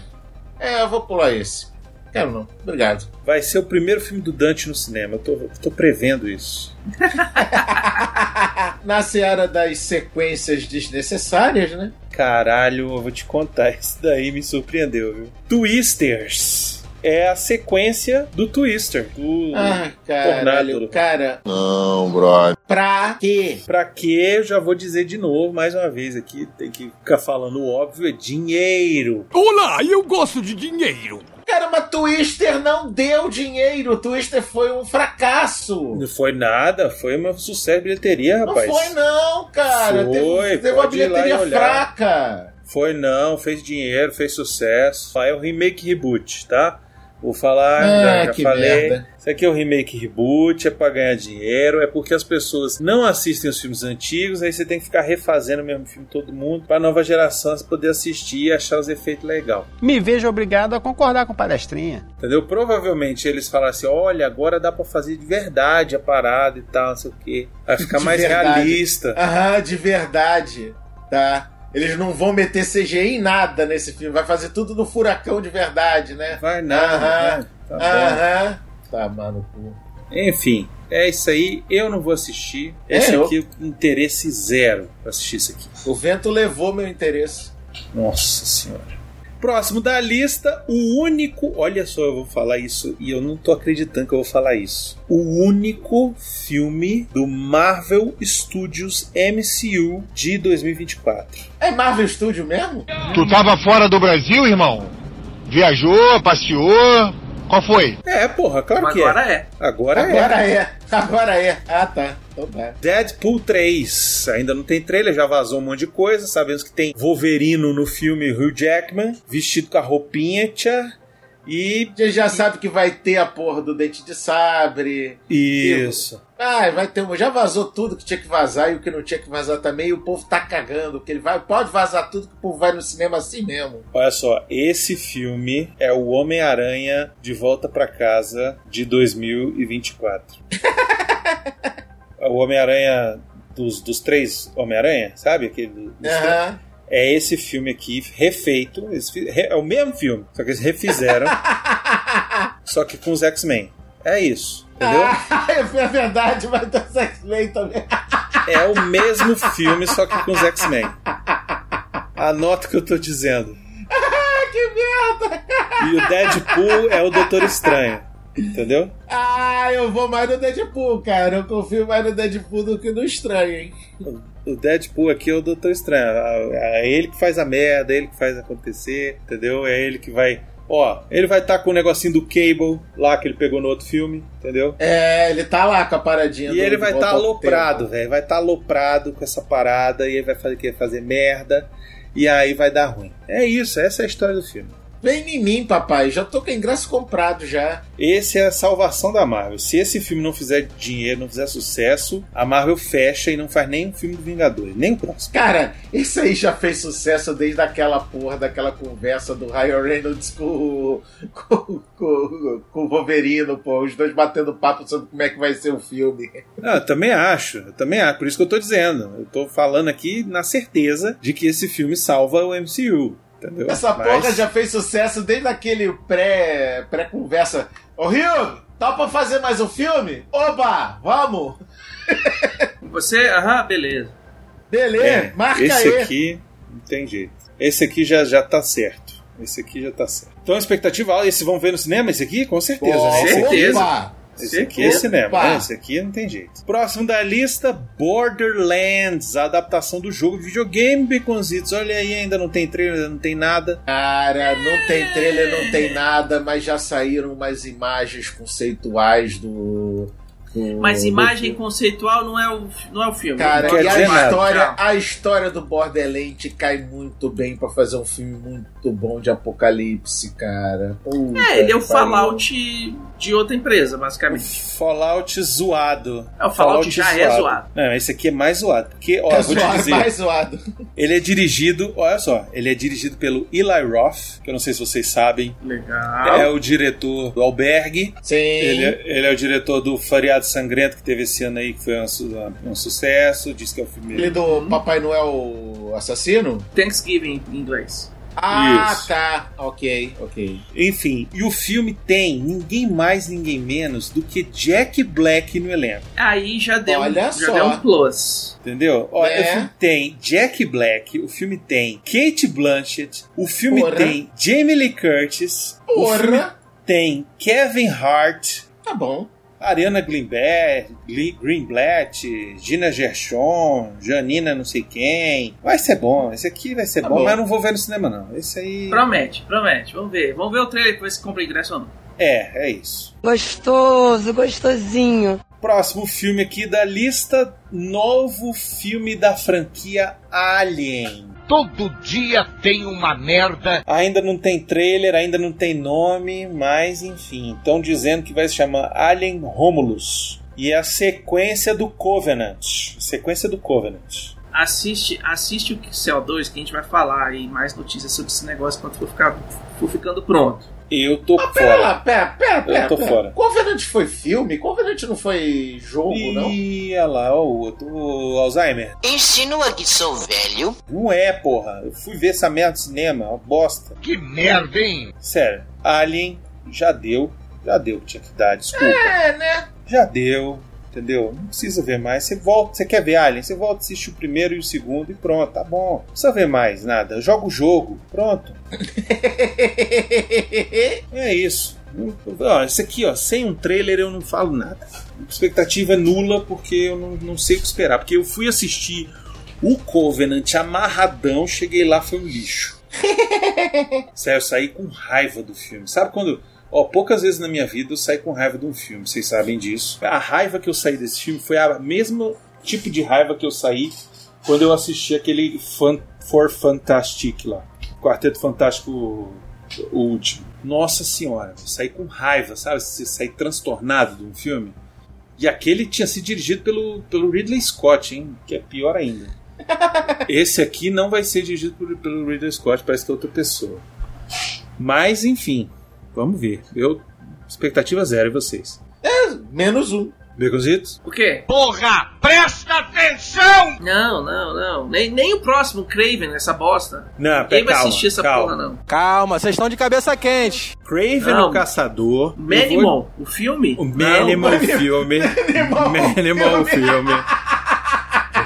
É, eu vou pular esse. Quero não. Obrigado. Vai ser o primeiro filme do Dante no cinema. Eu tô, eu tô prevendo isso. Na seara das sequências desnecessárias, né? Caralho, eu vou te contar. [LAUGHS] Isso daí me surpreendeu, viu? Twisters. É a sequência do Twister. Do Ah, Tornado. caralho, cara. Não, brother. Pra quê? Pra quê? Eu já vou dizer de novo, mais uma vez aqui. Tem que ficar falando o óbvio: é dinheiro. Olá, eu gosto de dinheiro. Cara, mas Twister não deu dinheiro. Twister foi um fracasso. Não foi nada, foi um sucesso de bilheteria, Não rapaz. foi, não, cara. Foi, teve teve uma pode ir lá e bilheteria olhar. fraca. Foi não, fez dinheiro, fez sucesso. É o remake reboot, tá? Vou falar, Ah, já, já que falei. merda. Isso aqui é o remake reboot, é pra ganhar dinheiro, é porque as pessoas não assistem os filmes antigos, aí você tem que ficar refazendo o mesmo filme todo mundo, pra nova geração poder assistir e achar os efeitos legal. Me vejo obrigado a concordar com palestrinha. Entendeu? Provavelmente eles falaram assim: olha, agora dá pra fazer de verdade a parada e tal, não sei o quê. Vai ficar De mais verdade. realista. Aham, de verdade. Tá? Eles não vão meter CGI em nada nesse filme. Vai fazer tudo no furacão de verdade, né? Vai nada, Aham. né? Tá bom. Aham. Tá, mano, pô. Enfim, é isso aí. Eu não vou assistir. É, Esse eu- aqui, interesse zero pra assistir isso aqui. O vento levou meu interesse. Nossa senhora. Próximo da lista, o único. Olha só, eu vou falar isso e eu não tô acreditando que eu vou falar isso. O único filme do Marvel Studios MCU de 2024. É Marvel Studio mesmo? Tu tava fora do Brasil, irmão? Viajou, passeou? Qual foi? É, porra, claro que Agora é. Agora, Agora é. é. Agora é. Ah, tá. Então tá. Deadpool 3. Ainda não tem trailer, já vazou um monte de coisa. Sabemos que tem Wolverino no filme Hugh Jackman, vestido com a roupinha, tchá. E. A gente já sabe que vai ter a porra do dente de sabre. Isso. Ah, vai ter um. Já vazou tudo que tinha que vazar e o que não tinha que vazar também. E o povo tá cagando. Que ele vai. Pode vazar tudo que o povo vai no cinema assim mesmo. Olha só, esse filme é o Homem-Aranha de Volta pra Casa de 2024. o Homem-Aranha dos, dos três Homem-Aranha, sabe? Aquele do- dos três. Aham. É esse filme aqui, refeito. esse fi- re- é o mesmo filme, só que eles refizeram. só que com os X-Men. É isso, entendeu? [LAUGHS] é verdade, vai ter X-Men também. É o mesmo filme, só que com os X-Men. Anota o que eu tô dizendo. [LAUGHS] que merda! E o Deadpool é o Doutor Estranho. Entendeu? Ah, eu vou mais no Deadpool, cara. Eu confio mais no Deadpool do que no Estranho, hein? O Deadpool aqui é o Doutor Estranho. É é ele que faz a merda, é ele que faz acontecer, entendeu? É ele que vai. Ó, ele vai estar com o negocinho do Cable lá que ele pegou no outro filme, entendeu? É, ele tá lá com a paradinha E do- ele do vai estar Volta ao aloprado, Tempo. velho. Vai estar aloprado com essa parada e ele vai fazer, querer fazer merda. E aí vai dar ruim. É isso, essa é a história do filme. Vem em mim, papai. Já tô com ingresso comprado já. Esse é a salvação da Marvel. Se esse filme não fizer dinheiro, não fizer sucesso, a Marvel fecha e não faz nem o filme do Vingadores, nem um o próximo. Cara, isso aí já fez sucesso desde aquela porra daquela conversa do Ryan Reynolds com, com, com, com o Wolverino, pô. Os dois batendo papo sobre como é que vai ser o filme. Ah, eu também acho, eu também acho. Por isso que eu tô dizendo. Eu tô falando aqui na certeza de que esse filme salva o MCU. Entendeu? Essa Mas- porra já fez sucesso desde aquele pré, pré-conversa. Ô, Rio, topa fazer mais um filme? Oba, vamos! Você, aham, beleza. Beleza, É, esse aqui não tem jeito. Esse aqui já, já tá certo. Esse aqui já tá certo. Então a expectativa, ah, esse vão ver no cinema? Esse aqui? Com certeza, Com né? Esse certeza. aqui, esse aqui é Opa. cinema, né? Esse aqui não tem jeito. Próximo da lista, Borderlands, a adaptação do jogo de videogame, Beconzitos. Olha aí, ainda não tem trailer, ainda não tem nada. Cara, não tem trailer, não tem nada, mas já saíram umas imagens conceituais do. do- Mas do- imagem conceitual não é o, não é o filme. Cara, Não e a é nada. história, Não. a história do Borderlands cai muito bem pra fazer um filme muito bom de apocalipse, cara. Puta É, ele é o que pariu. Fallout de outra empresa, basicamente. Fallout zoado. É, o Fallout já é zoado. Não, esse aqui é mais zoado. Porque, ó, [LAUGHS] É vou te zoado, dizer. mais zoado. Ele é dirigido, olha só, ele é dirigido pelo Eli Roth, que eu não sei se vocês sabem. Legal. É o diretor do Albergue. Sim. Ele, é- ele é o diretor do Fariado Sangrento que teve esse ano aí, que foi um, su- um sucesso. Diz que é o filme. Ele é do Papai Noel Assassino? Thanksgiving em inglês. Ah, Isso. tá. Ok, ok. Enfim, e o filme tem ninguém mais, ninguém menos do que Jack Black no elenco. Aí já deu, Olha já só. deu um plus. Entendeu? Olha, É. o filme tem Jack Black, o filme tem Kate Blanchett, o filme Porra. tem Jamie Lee Curtis, o Porra. filme tem Kevin Hart, Tá bom. Ariana Greenberg, Gli- Greenblatt, Gina Gershon, Janina não sei quem. Vai ser bom, esse aqui vai ser Tá bom, bom. mas eu não vou ver no cinema não. Esse aí... Promete, promete. Vamos ver. Vamos ver o trailer pra ver se compra ingresso ou não. É, é isso. Gostoso, gostosinho. Próximo filme aqui da lista, novo filme da franquia Alien. Todo dia tem uma merda. Ainda não tem trailer, ainda não tem nome, mas enfim, estão dizendo que vai se chamar Alien Romulus. E é a sequência do Covenant. Sequência do Covenant. Assiste, assiste o Cell 2 que a gente vai falar aí mais notícias sobre esse negócio quando for, ficar, for ficando pronto. Eu tô Ah, Pera fora. lá, pera, pera, pera. Eu tô pera. fora. Covenant foi filme? Covenant não foi jogo, não? Ih, olha lá, ó, o outro, o Alzheimer. Insinua que sou velho. Não é, porra. Eu fui ver essa merda no cinema, uma bosta. Que merda, hein? Sério, Alien já deu, já deu o que tinha que dar, desculpa. É, né? Já deu, entendeu? Não precisa ver mais. Você volta, você quer ver Alien? Você volta, assiste o primeiro e o segundo e pronto, tá bom. Não precisa ver mais nada. Joga o jogo, pronto. é isso. Ó, esse aqui, ó, sem um trailer eu não falo nada. Expectativa é nula porque eu não, não sei o que esperar. Porque eu fui assistir o Covenant amarradão, cheguei lá, foi um lixo. Sério, eu saí com raiva do filme. Sabe quando. Ó, poucas vezes na minha vida eu saí com raiva de um filme, vocês sabem disso. A raiva que eu saí desse filme foi a mesma tipo de raiva que eu saí quando eu assisti aquele Fan, For Fantastic lá. Quarteto Fantástico o último. Nossa senhora, eu saí com raiva, sabe? Você sair transtornado de um filme. E aquele tinha sido dirigido pelo, pelo Ridley Scott, hein? Que é pior [LAUGHS] ainda. Esse aqui não vai ser dirigido por- pelo Ridley Scott, parece que é outra pessoa. Mas, enfim, vamos ver. Eu. Expectativa zero, e vocês? [LAUGHS] Menos um. Beconzitos? O quê? Porra, presta atenção! Não, não, não. Nem, nem o próximo Craven, essa bosta. Não, Ninguém pera, vai calma, assistir essa calma. porra, não. Calma, vocês estão de cabeça quente. Craven Não. o Caçador. Manimal, o filme? O Manimal Não. filme. Manimal filme.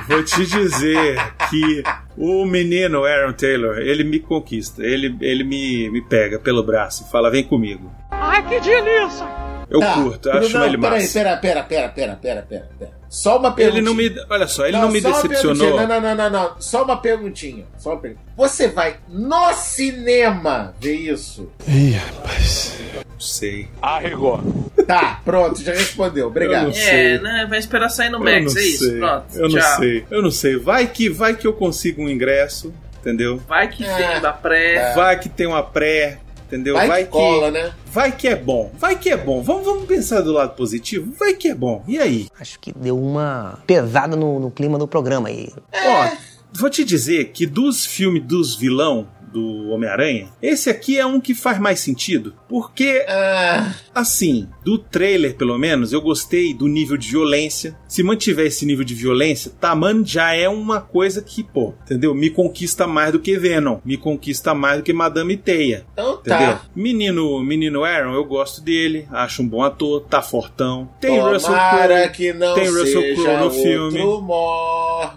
Eu Vou te dizer que o menino Aaron Taylor, ele me conquista. Ele, ele me, me pega pelo braço e fala, vem comigo. Ai, que delícia! Eu curto, eu acho Tá. não, ele peraí, massa. Pera, pera, pera, pera, pera, pera, pera. Só uma pergunta. Ele não me... Olha só, um né, ele não, me decepcionou. Não, não, não, não, não. Só uma perguntinha. Só uma pergunta. Você vai no cinema ver isso? Ih, rapaz. Não sei. Arregou. Tá, pronto, já respondeu. Eu Obrigado. não sei. É, né? Vai esperar sair no Eu Max, é não isso. sei, Pronto. Eu não tchau. sei. Eu não sei. Vai que, vai que eu consigo um ingresso, entendeu? Vai que vem da pré. Vai que tem uma pré, Entendeu? Vai que cola, né? Vai que é bom. Vai que é bom. Vamos, vamos pensar do lado positivo. Vai que é bom. E aí? Acho que deu uma pesada no, no clima do programa aí. Ó, vou te dizer que dos filmes dos vilão do Homem-Aranha, esse aqui é um que faz mais sentido. Porque, Ah, assim, do trailer pelo menos, eu gostei do nível de violência. Se mantiver esse nível de violência, Taman já é uma coisa que, pô, entendeu? Me conquista mais do que Venom. Me conquista mais do que Madame Teia. Então tá. Entendeu? Menino, menino Aaron, eu gosto dele. Acho um bom ator. Tá fortão. Tem Tomara Russell Crowe. que não tem Russell seja Crowe no outro filme.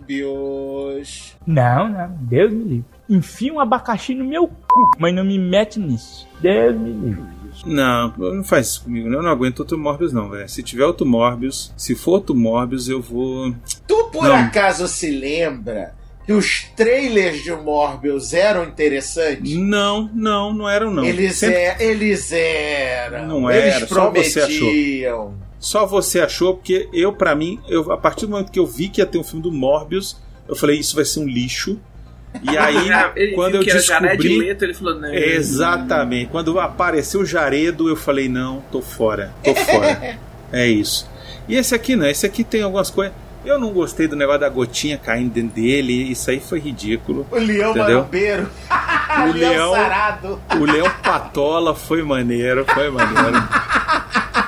Morbius. Não, não, Deus me livre. Enfia um abacaxi no meu cu, mas não me mete nisso. Deus me livre. Não, não faz isso comigo. não. Eu não aguento outro Morbius, não, velho. Se tiver outro Morbius, se for outro Morbius, eu vou. Tu por Não. acaso se lembra que os trailers de Morbius eram interessantes? Não, não, não eram, não. Eles, Sempre- é, eles eram. Não eles era, só você achou. prometiam. Só você achou, porque eu, pra mim, eu, a partir do momento que eu vi que ia ter um filme do Morbius, eu falei, isso vai ser um lixo. E aí, [LAUGHS] Ele quando viu eu que era Jared descobri. Leto, ele falou, não. Exatamente. Quando apareceu o Jaredo, eu falei, não, tô fora, tô fora. [LAUGHS] É isso. E esse aqui não, esse aqui tem algumas coisas. Eu não gostei do negócio da gotinha caindo dentro dele, isso aí foi ridículo. O leão entendeu? marombeiro. O [LAUGHS] leão, leão- sarado. O leão patola foi maneiro, foi maneiro.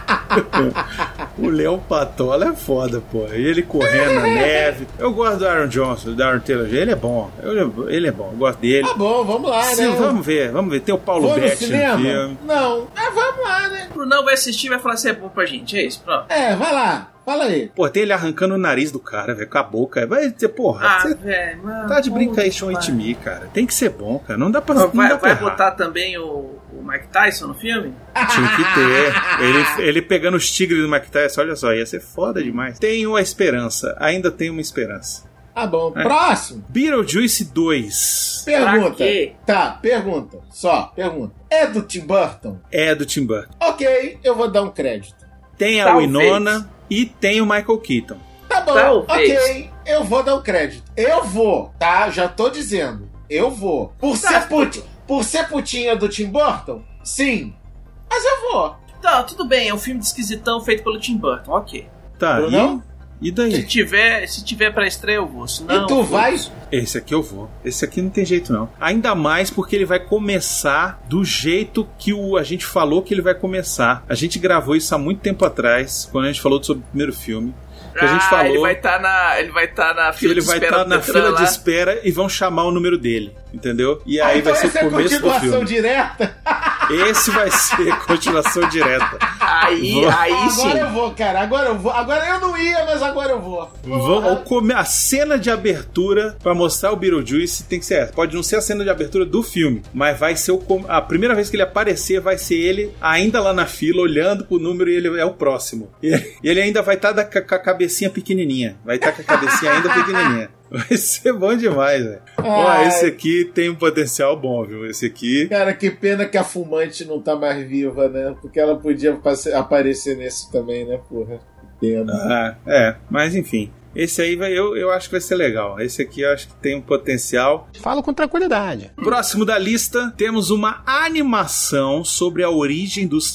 [LAUGHS] o leão patola é foda, pô. Ele correndo na neve. Eu gosto do Aaron Johnson, do Aaron Taylor. Ele é bom, Eu- ele é bom, eu gosto dele. Tá bom, vamos lá, Sim, né? vamos ver, vamos ver. Tem o Paulo Vou no Betti no cinema? filme. Não. Ah, vamos lá, né? O Brunão vai assistir e vai falar se é bom pra gente. É isso, pronto. É, vai lá. Fala aí. Pô, tem ele arrancando o nariz do cara, velho, com a boca. Vai dizer, porra, Ah, você velho, mano. tá de brincadeira puta, com Itmi, cara. Tem que ser bom, cara. Não dá pra. Vai, não dá pra vai errar. botar também o, o Mike Tyson no filme? Tinha que ter. Ele, ele pegando os tigres do Mike Tyson, olha só, ia ser foda demais. Tenho a esperança, ainda tenho uma esperança. Tá bom. É. Próximo. Beetlejuice 2 Pergunta. Pra quê? Tá, pergunta. Só, pergunta. É do Tim Burton? é do Tim Burton. Ok, eu vou dar um crédito. Tem a Talvez. Winona e tem o Michael Keaton. Tá bom, Talvez. ok, eu vou dar um crédito. Eu vou, tá? Já tô dizendo. Eu vou. Por, Tá, ser, put... Por ser putinha do Tim Burton? Sim. Mas eu vou. Tá, tudo bem, é um filme de esquisitão feito pelo Tim Burton, ok. Tá, Eu e- não? E Se daí? tiver, se tiver pra estreia, eu vou. Senão, e tu vai? Esse aqui eu vou. Esse aqui não tem jeito, não. Ainda mais porque ele vai começar do jeito que o, a gente falou que ele vai começar. A gente gravou isso há muito tempo atrás, quando a gente falou sobre o primeiro filme. Que a gente Ah, falou. Ele vai estar na. Ele vai estar na que fila ele de vai espera estar do na Detran fila lá. de espera e vão chamar o número dele, entendeu? E aí Ah, então vai ser essa é o a começo do continuação filme. direta? Esse vai ser continuação direta. Ah, Aí, Vou- aí sim. Agora eu vou, cara. Agora eu vou. Agora eu não ia, mas agora eu vou. Vamos come- a cena de abertura pra mostrar o Beetlejuice tem que ser essa. Pode não ser a cena de abertura do filme, mas vai ser o com- a primeira vez que ele aparecer vai ser ele ainda lá na fila olhando pro número e ele é o próximo. E e ele ainda vai estar com a cabecinha pequenininha, vai estar com a cabecinha ainda pequenininha. [LAUGHS] Vai ser bom demais, velho. Ó, Ai. esse aqui tem um potencial bom, viu? Esse aqui Cara, que pena que a fumante não tá mais viva, né? Porque ela podia passe- aparecer nesse também, né, porra? Que Pena. Ah, é, mas enfim. Esse aí vai, eu, eu acho que vai ser legal. Esse aqui eu acho que tem um potencial. Falo com tranquilidade. Próximo da lista, temos uma animação sobre a origem dos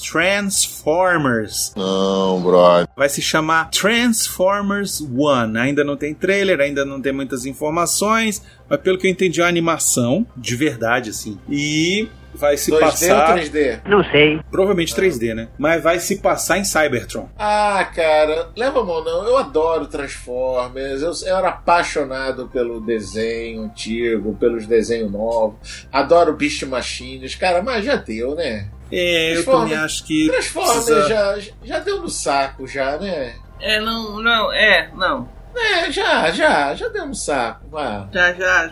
Transformers. Não, brother. Vai se chamar Transformers One. Ainda não tem trailer, ainda não tem muitas informações, mas pelo que eu entendi, é uma animação de verdade, assim. E vai se 2D passar. ou 3D? Não sei. Provavelmente 3D, né? Mas vai se passar em Cybertron. Ah, cara, leva a mão não. Eu adoro Transformers. Eu, eu era apaixonado pelo desenho antigo, pelos desenhos novos. Adoro Beast Machines. Cara, mas já deu, né? É, eu Transformers. também acho que. Transformers precisa- já, já deu no saco, já, né? É, não, não, é, não. É, já, já, já deu no saco. vá. Já, já.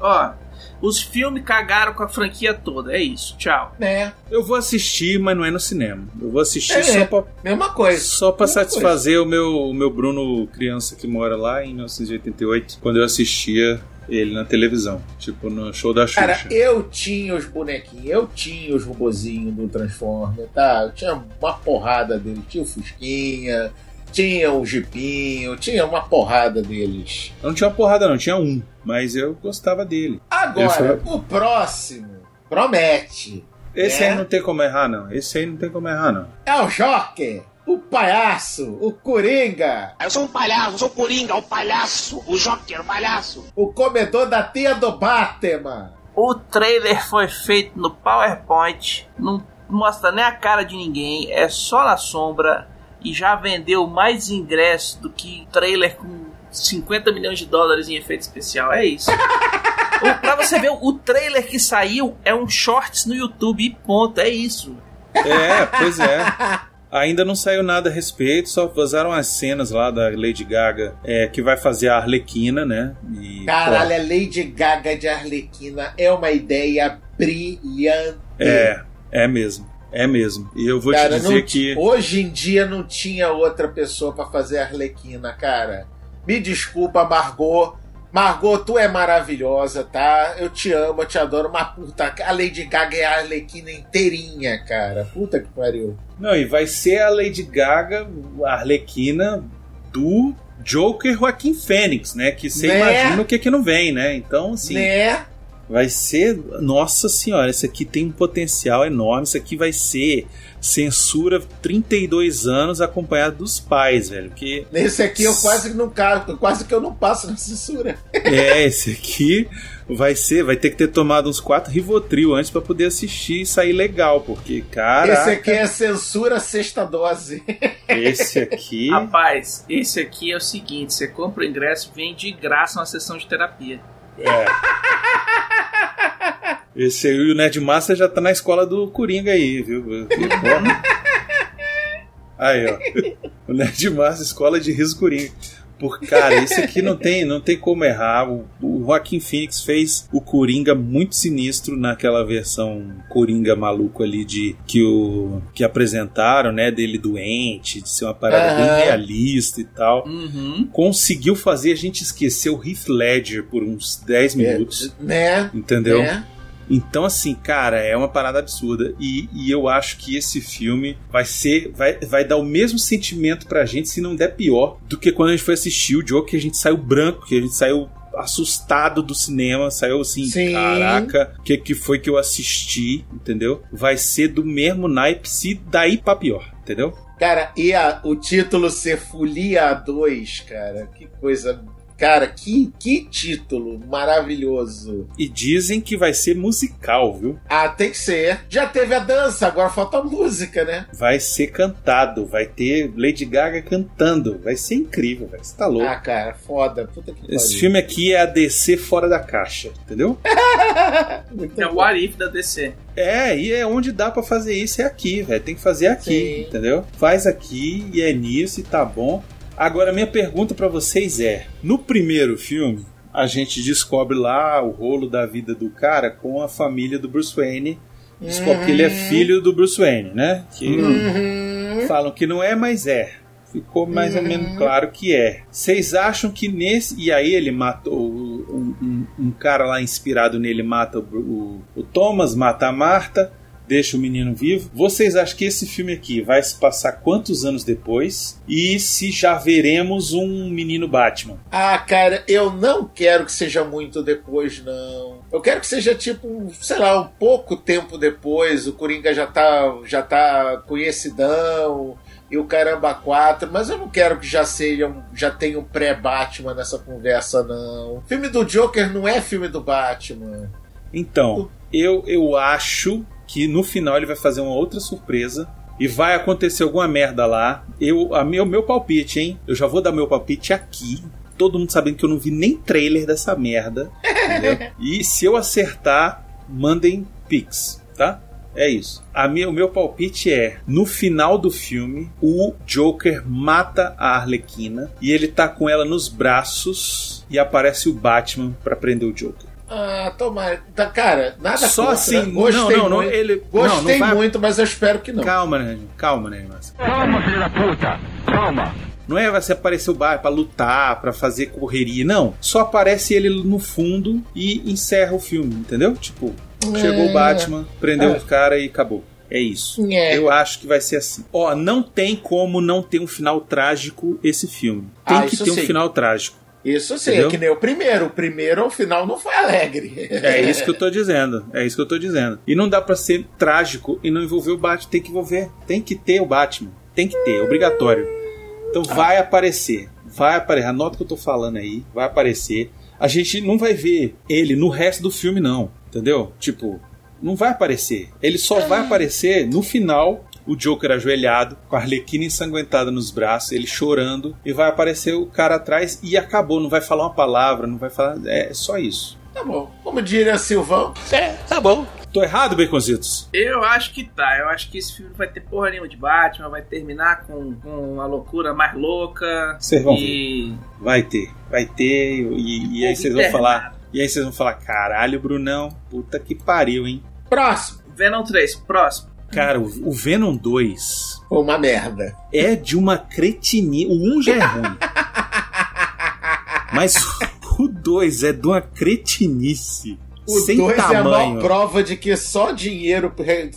Ó, os filmes cagaram com a franquia toda. É isso, tchau. Né? Eu vou assistir, mas não é no cinema. Eu vou assistir É, só é. pra, Mesma coisa. só pra mesma satisfazer o meu, o meu Bruno criança que mora lá em 1988, quando eu assistia ele na televisão, tipo no show da Xuxa. Cara, eu tinha os bonequinhos, eu tinha os robozinhos do Transformer, tá? Eu tinha uma porrada deles, tinha o Fusquinha, tinha o Jipinho, tinha uma porrada deles. Eu não tinha uma porrada não, tinha um, mas eu gostava dele. Agora, Ele o próximo promete. Esse aí não tem como errar, não. Esse aí não tem como errar, não. É o Joker, o palhaço, o Coringa, Eu sou um palhaço, eu sou o Coringa, o palhaço, o Joker, o palhaço. o comedor da tia do Batman. O trailer foi feito no PowerPoint, não mostra nem a cara de ninguém, é só na sombra e já vendeu mais ingressos do que um trailer com 50 milhões de dólares em efeito especial. É [LAUGHS] isso. o, pra você ver, o trailer que saiu é um shorts no YouTube e ponto. É isso. É, pois [LAUGHS] é. Ainda não saiu nada a respeito, só vazaram as cenas lá da Lady Gaga, é, que vai fazer a Arlequina, né? E, Caralho, a Lady Gaga de Arlequina é uma ideia brilhante. pô, é, é mesmo. É mesmo. E eu vou Hum. Cara, te não dizer ti- que. Hoje em dia não tinha outra pessoa pra fazer Arlequina, cara. Me desculpa, Margot. Margot, tu é maravilhosa, tá? Eu te amo, eu te adoro. Mas puta, a Lady Gaga é a Arlequina inteirinha, cara. Puta que pariu. Não, e vai ser a Lady Gaga, a Arlequina do Joker Joaquim Fênix, né? Que você Né? imagina o que que não vem, né? Então, assim. Né? Vai ser. Nossa senhora, isso aqui tem um potencial enorme. Isso aqui vai ser censura 32 anos acompanhado dos pais, velho. Que Nesse aqui eu quase que não cago, quase que eu não passo na censura. É, esse aqui vai ser. Vai ter que ter tomado uns 4 Rivotril antes pra poder assistir e sair legal, porque, cara. Esse aqui é censura sexta dose. Esse [LAUGHS] aqui. Ah. Rapaz, esse aqui é o seguinte: você compra o ingresso, vem de graça uma sessão de terapia. Esse aí, o Nerd Massa já tá na escola do Coringa aí, viu? Que porra. Aí, ó. O Nerd Massa, escola de riso Coringa. Por, cara, esse aqui não tem, não tem como errar. O, o Joaquim Phoenix fez o Coringa muito sinistro naquela versão Coringa maluco ali de que o que apresentaram, né, dele doente, de ser uma parada Aham. bem realista e tal. Uhum. Conseguiu fazer a gente esquecer o Heath Ledger por uns 10 É, minutos. Né? Entendeu? Né? Então, assim, cara, é uma parada absurda. E, e eu acho que esse filme vai ser. Vai, vai dar o mesmo sentimento pra gente, se não der pior, do que quando a gente foi assistir o Joker, que a gente saiu branco, que a gente saiu assustado do cinema, saiu assim, Sim. caraca, o que, que foi que eu assisti, entendeu? Vai ser do mesmo naipe, se daí pra pior, entendeu? Cara, e a- o título ser Folia 2, cara, que coisa. Cara, que, que título maravilhoso. E dizem que vai ser musical, viu? Ah, tem que ser. Já teve a dança, agora falta a música, né? Vai ser cantado, vai ter Lady Gaga cantando, vai ser incrível, velho. Você tá louco. Ah, cara, foda. Puta que Esse filme aqui é a DC fora da caixa, entendeu? Muito É o bom. Arif da DC. É, e é onde dá pra fazer isso é aqui, velho. Tem que fazer aqui, Sim. entendeu? Faz aqui e é nisso e tá bom. Agora minha pergunta pra vocês é: no primeiro filme, a gente descobre lá o rolo da vida do cara com a família do Bruce Wayne. Descobre que ele é filho do Bruce Wayne, né? Que Uhum. falam que não é, mas é. Ficou mais ou menos claro que é. Vocês acham que nesse. E aí ele matou. Um, um- um cara lá inspirado nele mata o, o- o Thomas, mata a Marta, deixa o menino vivo. Vocês acham que esse filme aqui vai se passar quantos anos depois? E se já veremos um menino Batman? Ah, cara, eu não quero que seja muito depois, não. Eu quero que seja tipo, um, sei lá, um pouco tempo depois. O Coringa já tá, já tá conhecidão e o Caramba 4, mas eu não quero que já seja, um- já tenha um pré-Batman nessa conversa, não. Filme do Joker não é filme do Batman. Então, eu, eu acho que no final ele vai fazer uma outra surpresa e vai acontecer alguma merda lá. Eu, a meu, meu palpite, hein? Eu já vou dar meu palpite aqui. Todo mundo sabendo que eu não vi nem trailer dessa merda. entendeu? e se eu acertar, mandem pix, tá? É isso. A minha, o meu palpite é: no final do filme, o Joker mata a Arlequina e ele tá com ela nos braços e aparece o Batman pra prender o Joker. Ah, tomara. Tá, cara, nada Só contra. né? assim, Gostei não, não, não, muito. ele- Gostei não, não vai- muito, mas eu espero que não. Calma, né, gente? calma, né, mas Calma, filho da puta, calma. Não é você aparecer o bar pra lutar, pra fazer correria, não. Só aparece ele no fundo e encerra o filme, entendeu? Tipo, chegou o É. Batman, prendeu É. o cara e acabou. É isso. É. Eu acho que vai ser assim. Ó, não tem como não ter um final trágico esse filme. Tem Ah, que isso ter um sim. final trágico. Isso sim, é que nem o primeiro. O primeiro, ao final, não foi alegre. É isso que eu tô dizendo. É isso que eu tô dizendo. E não dá pra ser trágico e não envolver o Batman. Tem que envolver. Tem que ter o Batman. Tem que ter, é obrigatório. Então vai aparecer. Vai aparecer. Anota o que eu tô falando aí. Vai aparecer. A gente não vai ver ele no resto do filme, não. Entendeu? Tipo, não vai aparecer. Ele só vai aparecer no final o Joker ajoelhado, com a Arlequina ensanguentada nos braços, ele chorando, e vai aparecer o cara atrás e acabou, não vai falar uma palavra, não vai falar. É só isso. Tá bom. Como diria Silvão? É, tá bom. Tô errado, Baconzitos? Eu acho que tá. Eu acho que esse filme não vai ter porra nenhuma de Batman, vai terminar com, com uma loucura mais louca. Vocês vão e... ver. Vai ter, vai ter, e, e aí vocês vão falar. E aí vocês vão falar, caralho, Brunão, puta que pariu, hein? Próximo. Venom 3, próximo. Cara, o o Venom 2 Foi uma merda. é de uma cretininha. O 1 já é [LAUGHS] ruim. Mas o 2 é de uma cretinice. O sem 2 é a maior tamanho. prova de que só dinheiro pre-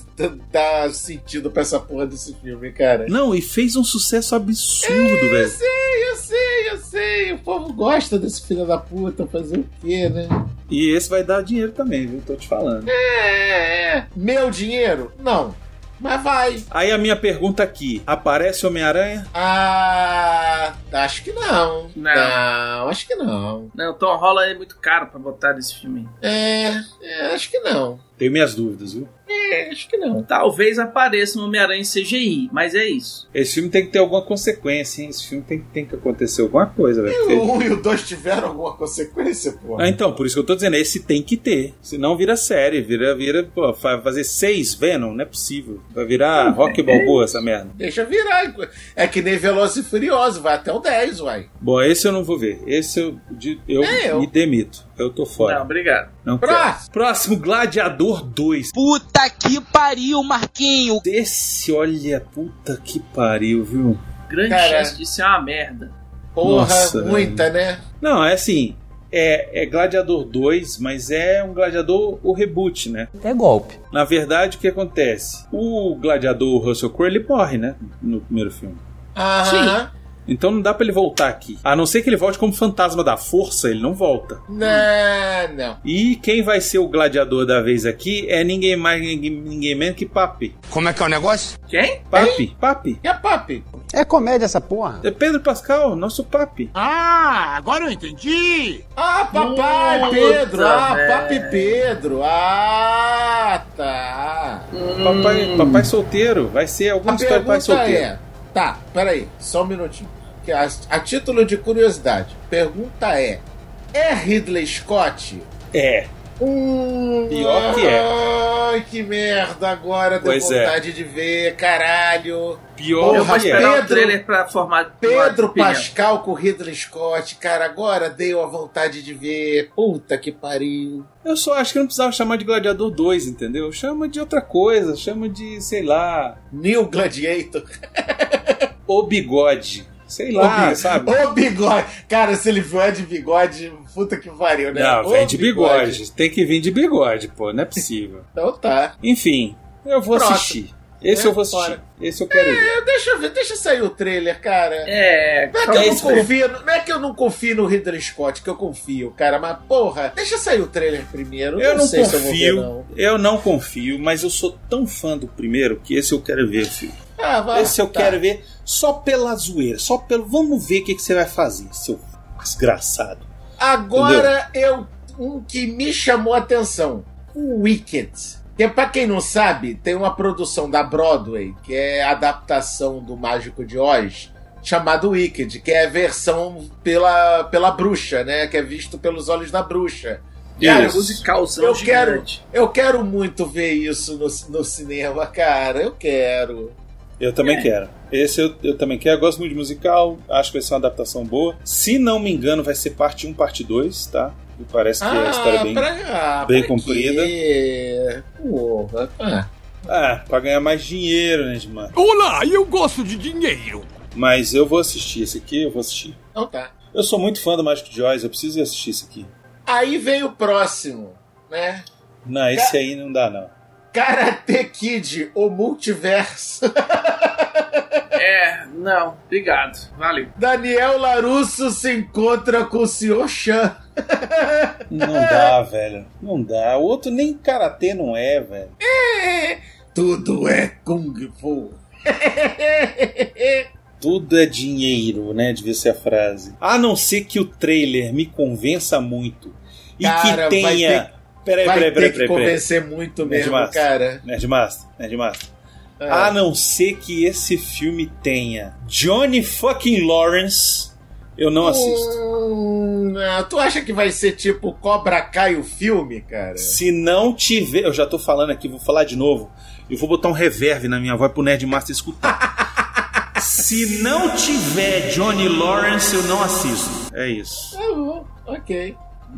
dá sentido pra essa porra desse filme, cara. Não, e fez um sucesso absurdo, Eu velho. sei, eu sei, eu sei. O povo gosta desse filho da puta, fazer o quê, né? E esse vai dar dinheiro também, viu? Tô te falando. É, é. Meu dinheiro? Não. Mas vai. Aí a minha pergunta aqui: aparece Homem-Aranha? Ah. Acho que não. Não. acho que não. Não, Tom Holland é muito caro pra botar nesse filme. É, é, acho que não. Tenho minhas dúvidas, viu? É, acho que não. Talvez apareça um Homem-Aranha em CGI, mas é isso. Esse filme tem que ter alguma consequência, hein? Esse filme tem, tem que acontecer alguma coisa, velho. O porque- 1 e o 2 tiveram alguma consequência, pô? Ah, então, por isso que eu tô dizendo, esse tem que ter. Senão vira série, vira, vira, pô, fa- fazer seis Venom, não é possível. Vai virar Rock Balboa essa merda. Deixa virar. É que nem Veloz e Furioso, vai até o 10, uai. Bom, esse eu não vou ver. Esse eu, de- eu É, eu- me demito. Eu tô Não, fora. obrigado. Não, quero. Próximo. Próximo, Gladiador 2. Puta que pariu, Marquinho. Esse, olha, puta que pariu, viu? Grande Cara. chance de ser uma merda. Porra, Nossa, é. muita, né? Não, é assim, é, é Gladiador 2, mas é um Gladiador, o reboot, né? É golpe. Na verdade, o que acontece? O gladiador Russell Crowe, ele morre, né? No primeiro filme. Aham. Então não dá pra ele voltar aqui. A não ser que ele volte como fantasma da força, ele não volta. Não, Né, não. E quem vai ser o gladiador da vez aqui é ninguém mais, ninguém, ninguém menos que Papi. Como é que é o negócio? Quem? Papi, Papi. E a Papi? É comédia essa Ah. porra. É Pedro Pascal, nosso Papi. Ah, agora eu entendi. Ah, papai Puta, Pedro! Ah, velho. papi Pedro! Ah, tá. Papai, papai solteiro, vai ser alguma A história de pai pergunta solteiro. é... Tá, peraí, só um minutinho. Que A, a título de curiosidade, pergunta é... É Ridley Scott? É. Hum, Pior que é. Ai, que merda agora. Deu Pois é. vontade de ver, caralho. Pior Eu vou Porra, que esperar é. Pedro- o trailer pra formar. Pedro opinião. Pascal com Ridley Scott, cara, agora deu a vontade de ver. Puta que pariu. Eu só acho que não precisava chamar de Gladiador 2, entendeu? Chama de outra coisa, chama de, sei lá, New Gladiator. o bigode. Sei o lá, bi- sabe? O Ah, bigode. Cara, se ele vier de bigode, puta que pariu, né? Não, O vem de bigode. Tem que vir de bigode, pô. Não é possível. Então tá. Enfim, eu vou Próximo. É, assistir. Esse eu vou assistir. Fora. Esse eu quero ver. É, Deixa eu ver, deixa sair o trailer, cara. É, Não é, que eu É não, isso aí. confio, no- não é que eu não confio no Ridley Scott, que eu confio, cara, mas porra, deixa sair o trailer primeiro. Eu não sei se eu vou ver, confio. não. Eu não confio, mas eu sou tão fã do primeiro que esse eu quero ver, filho. Ah, vai. esse eu tá. quero ver só pela zoeira. Só pelo. Vamos ver o que, que você vai fazer, seu desgraçado. Agora eu. Um que me chamou a atenção: o Wicked. Que é, pra quem não sabe, tem uma produção da Broadway, que é a adaptação do Mágico de Oz, chamado Wicked, que é a versão pela, pela bruxa, né? Que é visto pelos olhos da bruxa. cara, Isso. musicalzão Eu quero- gigante. Eu quero muito ver isso no, no cinema, cara. Eu quero. Eu também É. quero. Esse eu, eu também quero. Eu gosto muito de musical. Acho que vai ser uma adaptação boa. Se não me engano, vai ser parte 1, parte 2, tá? Me parece que é a Ah, história é bem. Ah, pra, bem pra comprida. quê? Porra. Ah. Ah, pra ganhar mais dinheiro, né, mano? Olá, eu gosto de dinheiro. Mas eu vou assistir esse aqui, eu vou assistir. Então tá. Eu sou muito fã do Mágico de Oz, eu preciso ir assistir isso aqui. Aí vem o próximo, né? Não, esse aí não dá, não. Karate Kid, o multiverso. É, não. Obrigado. Valeu. Daniel Larusso se encontra com o Sr. Chan. [LAUGHS] Não dá, velho. Não dá. O outro nem karatê não é, velho. É, tudo é Kung Fu. Tudo é dinheiro, né? Devia ser a frase. A não ser que o trailer me convença muito. E Cara, que vai tenha. ter- Peraí, vai peraí, ter peraí, que peraí. convencer muito mesmo, Nerdmaster, cara. Nerdmaster, Nerdmaster. É. A não ser que esse filme tenha Johnny fucking Lawrence, eu não assisto. Hum, ah, tu acha que vai ser tipo Cobra Kai o filme, cara? Se não tiver, eu já tô falando aqui, vou falar de novo. Eu vou botar um reverb na minha voz pro Nerdmaster escutar. [LAUGHS] Se não tiver Johnny Lawrence, eu não assisto. É isso. Tá bom, ok.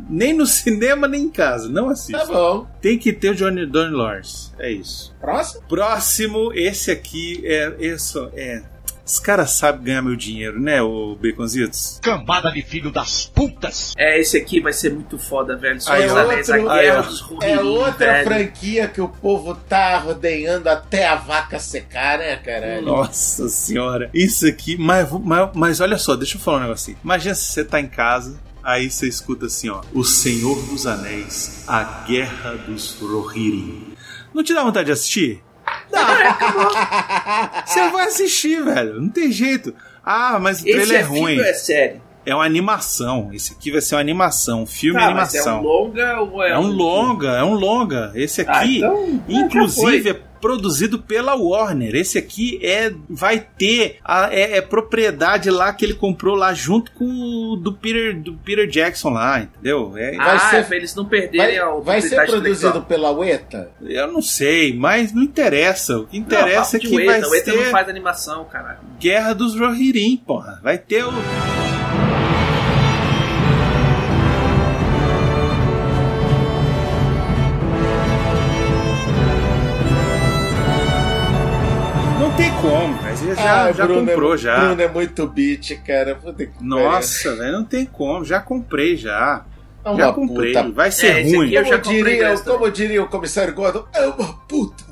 Nem no cinema, nem em casa. Não assisto. Tá bom. Tem que ter o Johnny, Johnny Lawrence. É isso. Próximo? Próximo, esse aqui é. Esse, é. Os caras sabem ganhar meu dinheiro, né, ô Baconzitos? Cambada de filho das putas! É, esse aqui vai ser muito foda, velho. Só Aí, os ó. anéis, a Outro- guerra Aí, ó. dos Rohirrim, É outra velho. franquia que o povo tá rodeando até a vaca secar, né, caralho? Hum. Nossa senhora, isso aqui. Mas, mas, mas olha só, deixa eu falar um negocinho. Imagina se você tá em casa, aí você escuta assim, ó: O Senhor dos Anéis, a Guerra dos Rohirrim. Não te dá vontade de assistir? Dá. Ah. você vai assistir, velho. Não tem jeito. Ah, mas o Esse trailer é é filme ruim. ou é série? É uma animação. Esse aqui vai ser uma animação, um filme e Tá, mas é animação. um longa ou é, É um longa, é um longa. Esse aqui, Ah, então, é, inclusive, já é produzido pela Warner. Esse aqui é vai ter a, é, é propriedade lá que ele comprou lá junto com o do Peter do Peter Jackson lá, entendeu? É- Ah, é pra eles não perderem a [LAUGHS] Vai ser tá oportunidade produzido intelectual. pela UETA? eu não sei, mas não interessa. O que Não, interessa é papo de que vai Weta. Weta não ter faz animação, caralho. Guerra dos Rohirrim, porra. Vai ter o Não tem como, mas já, Ah, já Bruno é- comprou já. Bruno é muito bitch, cara. Puta que Nossa, velho, não tem como. Já comprei já. É uma já comprei. puta. É, Vai ser ruim. Como, diria, como diria o comissário Gordon, é uma puta.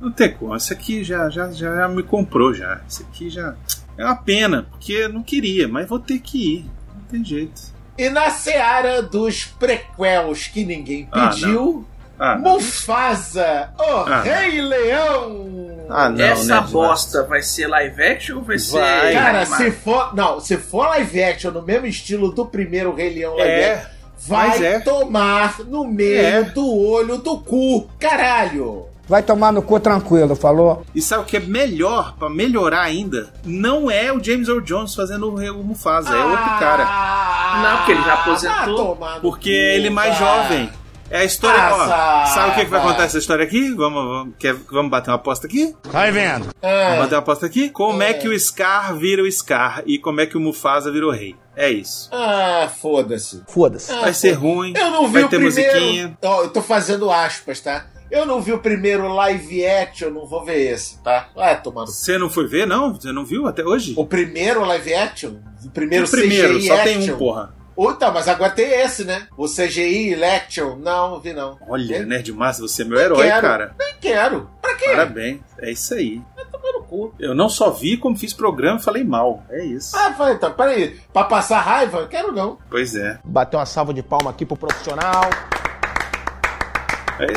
um Não tem como. Isso aqui já, já, já, já me comprou já. Isso aqui já. É uma pena, porque eu não queria, mas vou ter que ir. Não tem jeito. E na seara dos prequels que ninguém Ah, pediu, Ah, não. Mufasa, o Ah, Rei Leão! Ah, não, Essa né, bosta vai ser live action ou vai, ser. Cara, animado? se for. Não, se for live action no mesmo estilo do primeiro Rei Leão live É, action, vai mas é. tomar no meio É. do olho do cu, caralho! Vai tomar no cu tranquilo, falou? E sabe o que é melhor, pra melhorar ainda? Não é o James Earl Jones fazendo o Rei- o Mufasa, é Ah, outro cara. Não, porque ele já aposentou. Porque ele é mais jovem. É a história. Ah, ó, sa- sabe o que, que vai vai. contar essa história aqui? Vamos, vamos, quer- vamos bater uma aposta aqui? Vai vendo. É. Vamos bater uma aposta aqui? Como é. que o Scar vira o Scar e como é que o Mufasa vira o rei? É isso. Ah, foda-se. Foda-se. Ah, Vai ser ruim. Eu não vi vai o ter primeiro. musiquinha. Ó, eu tô fazendo aspas, tá? Eu não vi o primeiro live action, não vou ver esse, tá? Vai tomar no c****. Você não foi ver, não? Você não viu até hoje? O primeiro live action? O primeiro, O primeiro, CGI só action? tem um, porra. Puta, mas agora tem esse, né? O CGI action? Não, vi não. Olha, Nerd Massa, você é meu herói, quero. cara. Nem quero. Pra quê? Parabéns. É isso aí. Tomar no cu. Eu não só vi como fiz programa e falei mal. É isso. Ah, vai, então, peraí. Pra passar raiva? Quero não. Pois é. Bateu uma salva de palma aqui pro profissional.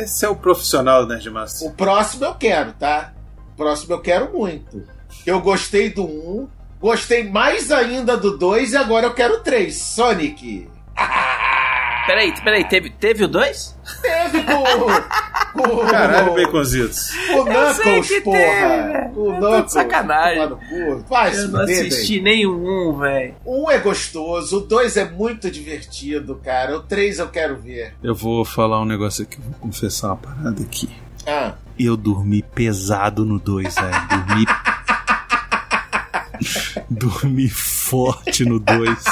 Esse é o profissional do Nerdmaster. O próximo eu quero, tá? O próximo eu quero muito. Eu gostei do 1, gostei mais ainda do 2 e agora eu quero o 3. Sonic. Peraí, peraí, teve, teve o 2? Teve com, com, Caralho, Baconzitos. com o Knuckles, porra. Eu tô o de Knuckles. sacanagem. tomar no cu. Vai se Eu não fuder, assisti nenhum, velho. Um é gostoso, o dois é muito divertido, cara. O três eu quero ver. Eu vou falar um negócio aqui, vou confessar uma parada aqui. Ah, Eu dormi pesado no 2, velho. Dormi. [LAUGHS] dormi forte no 2.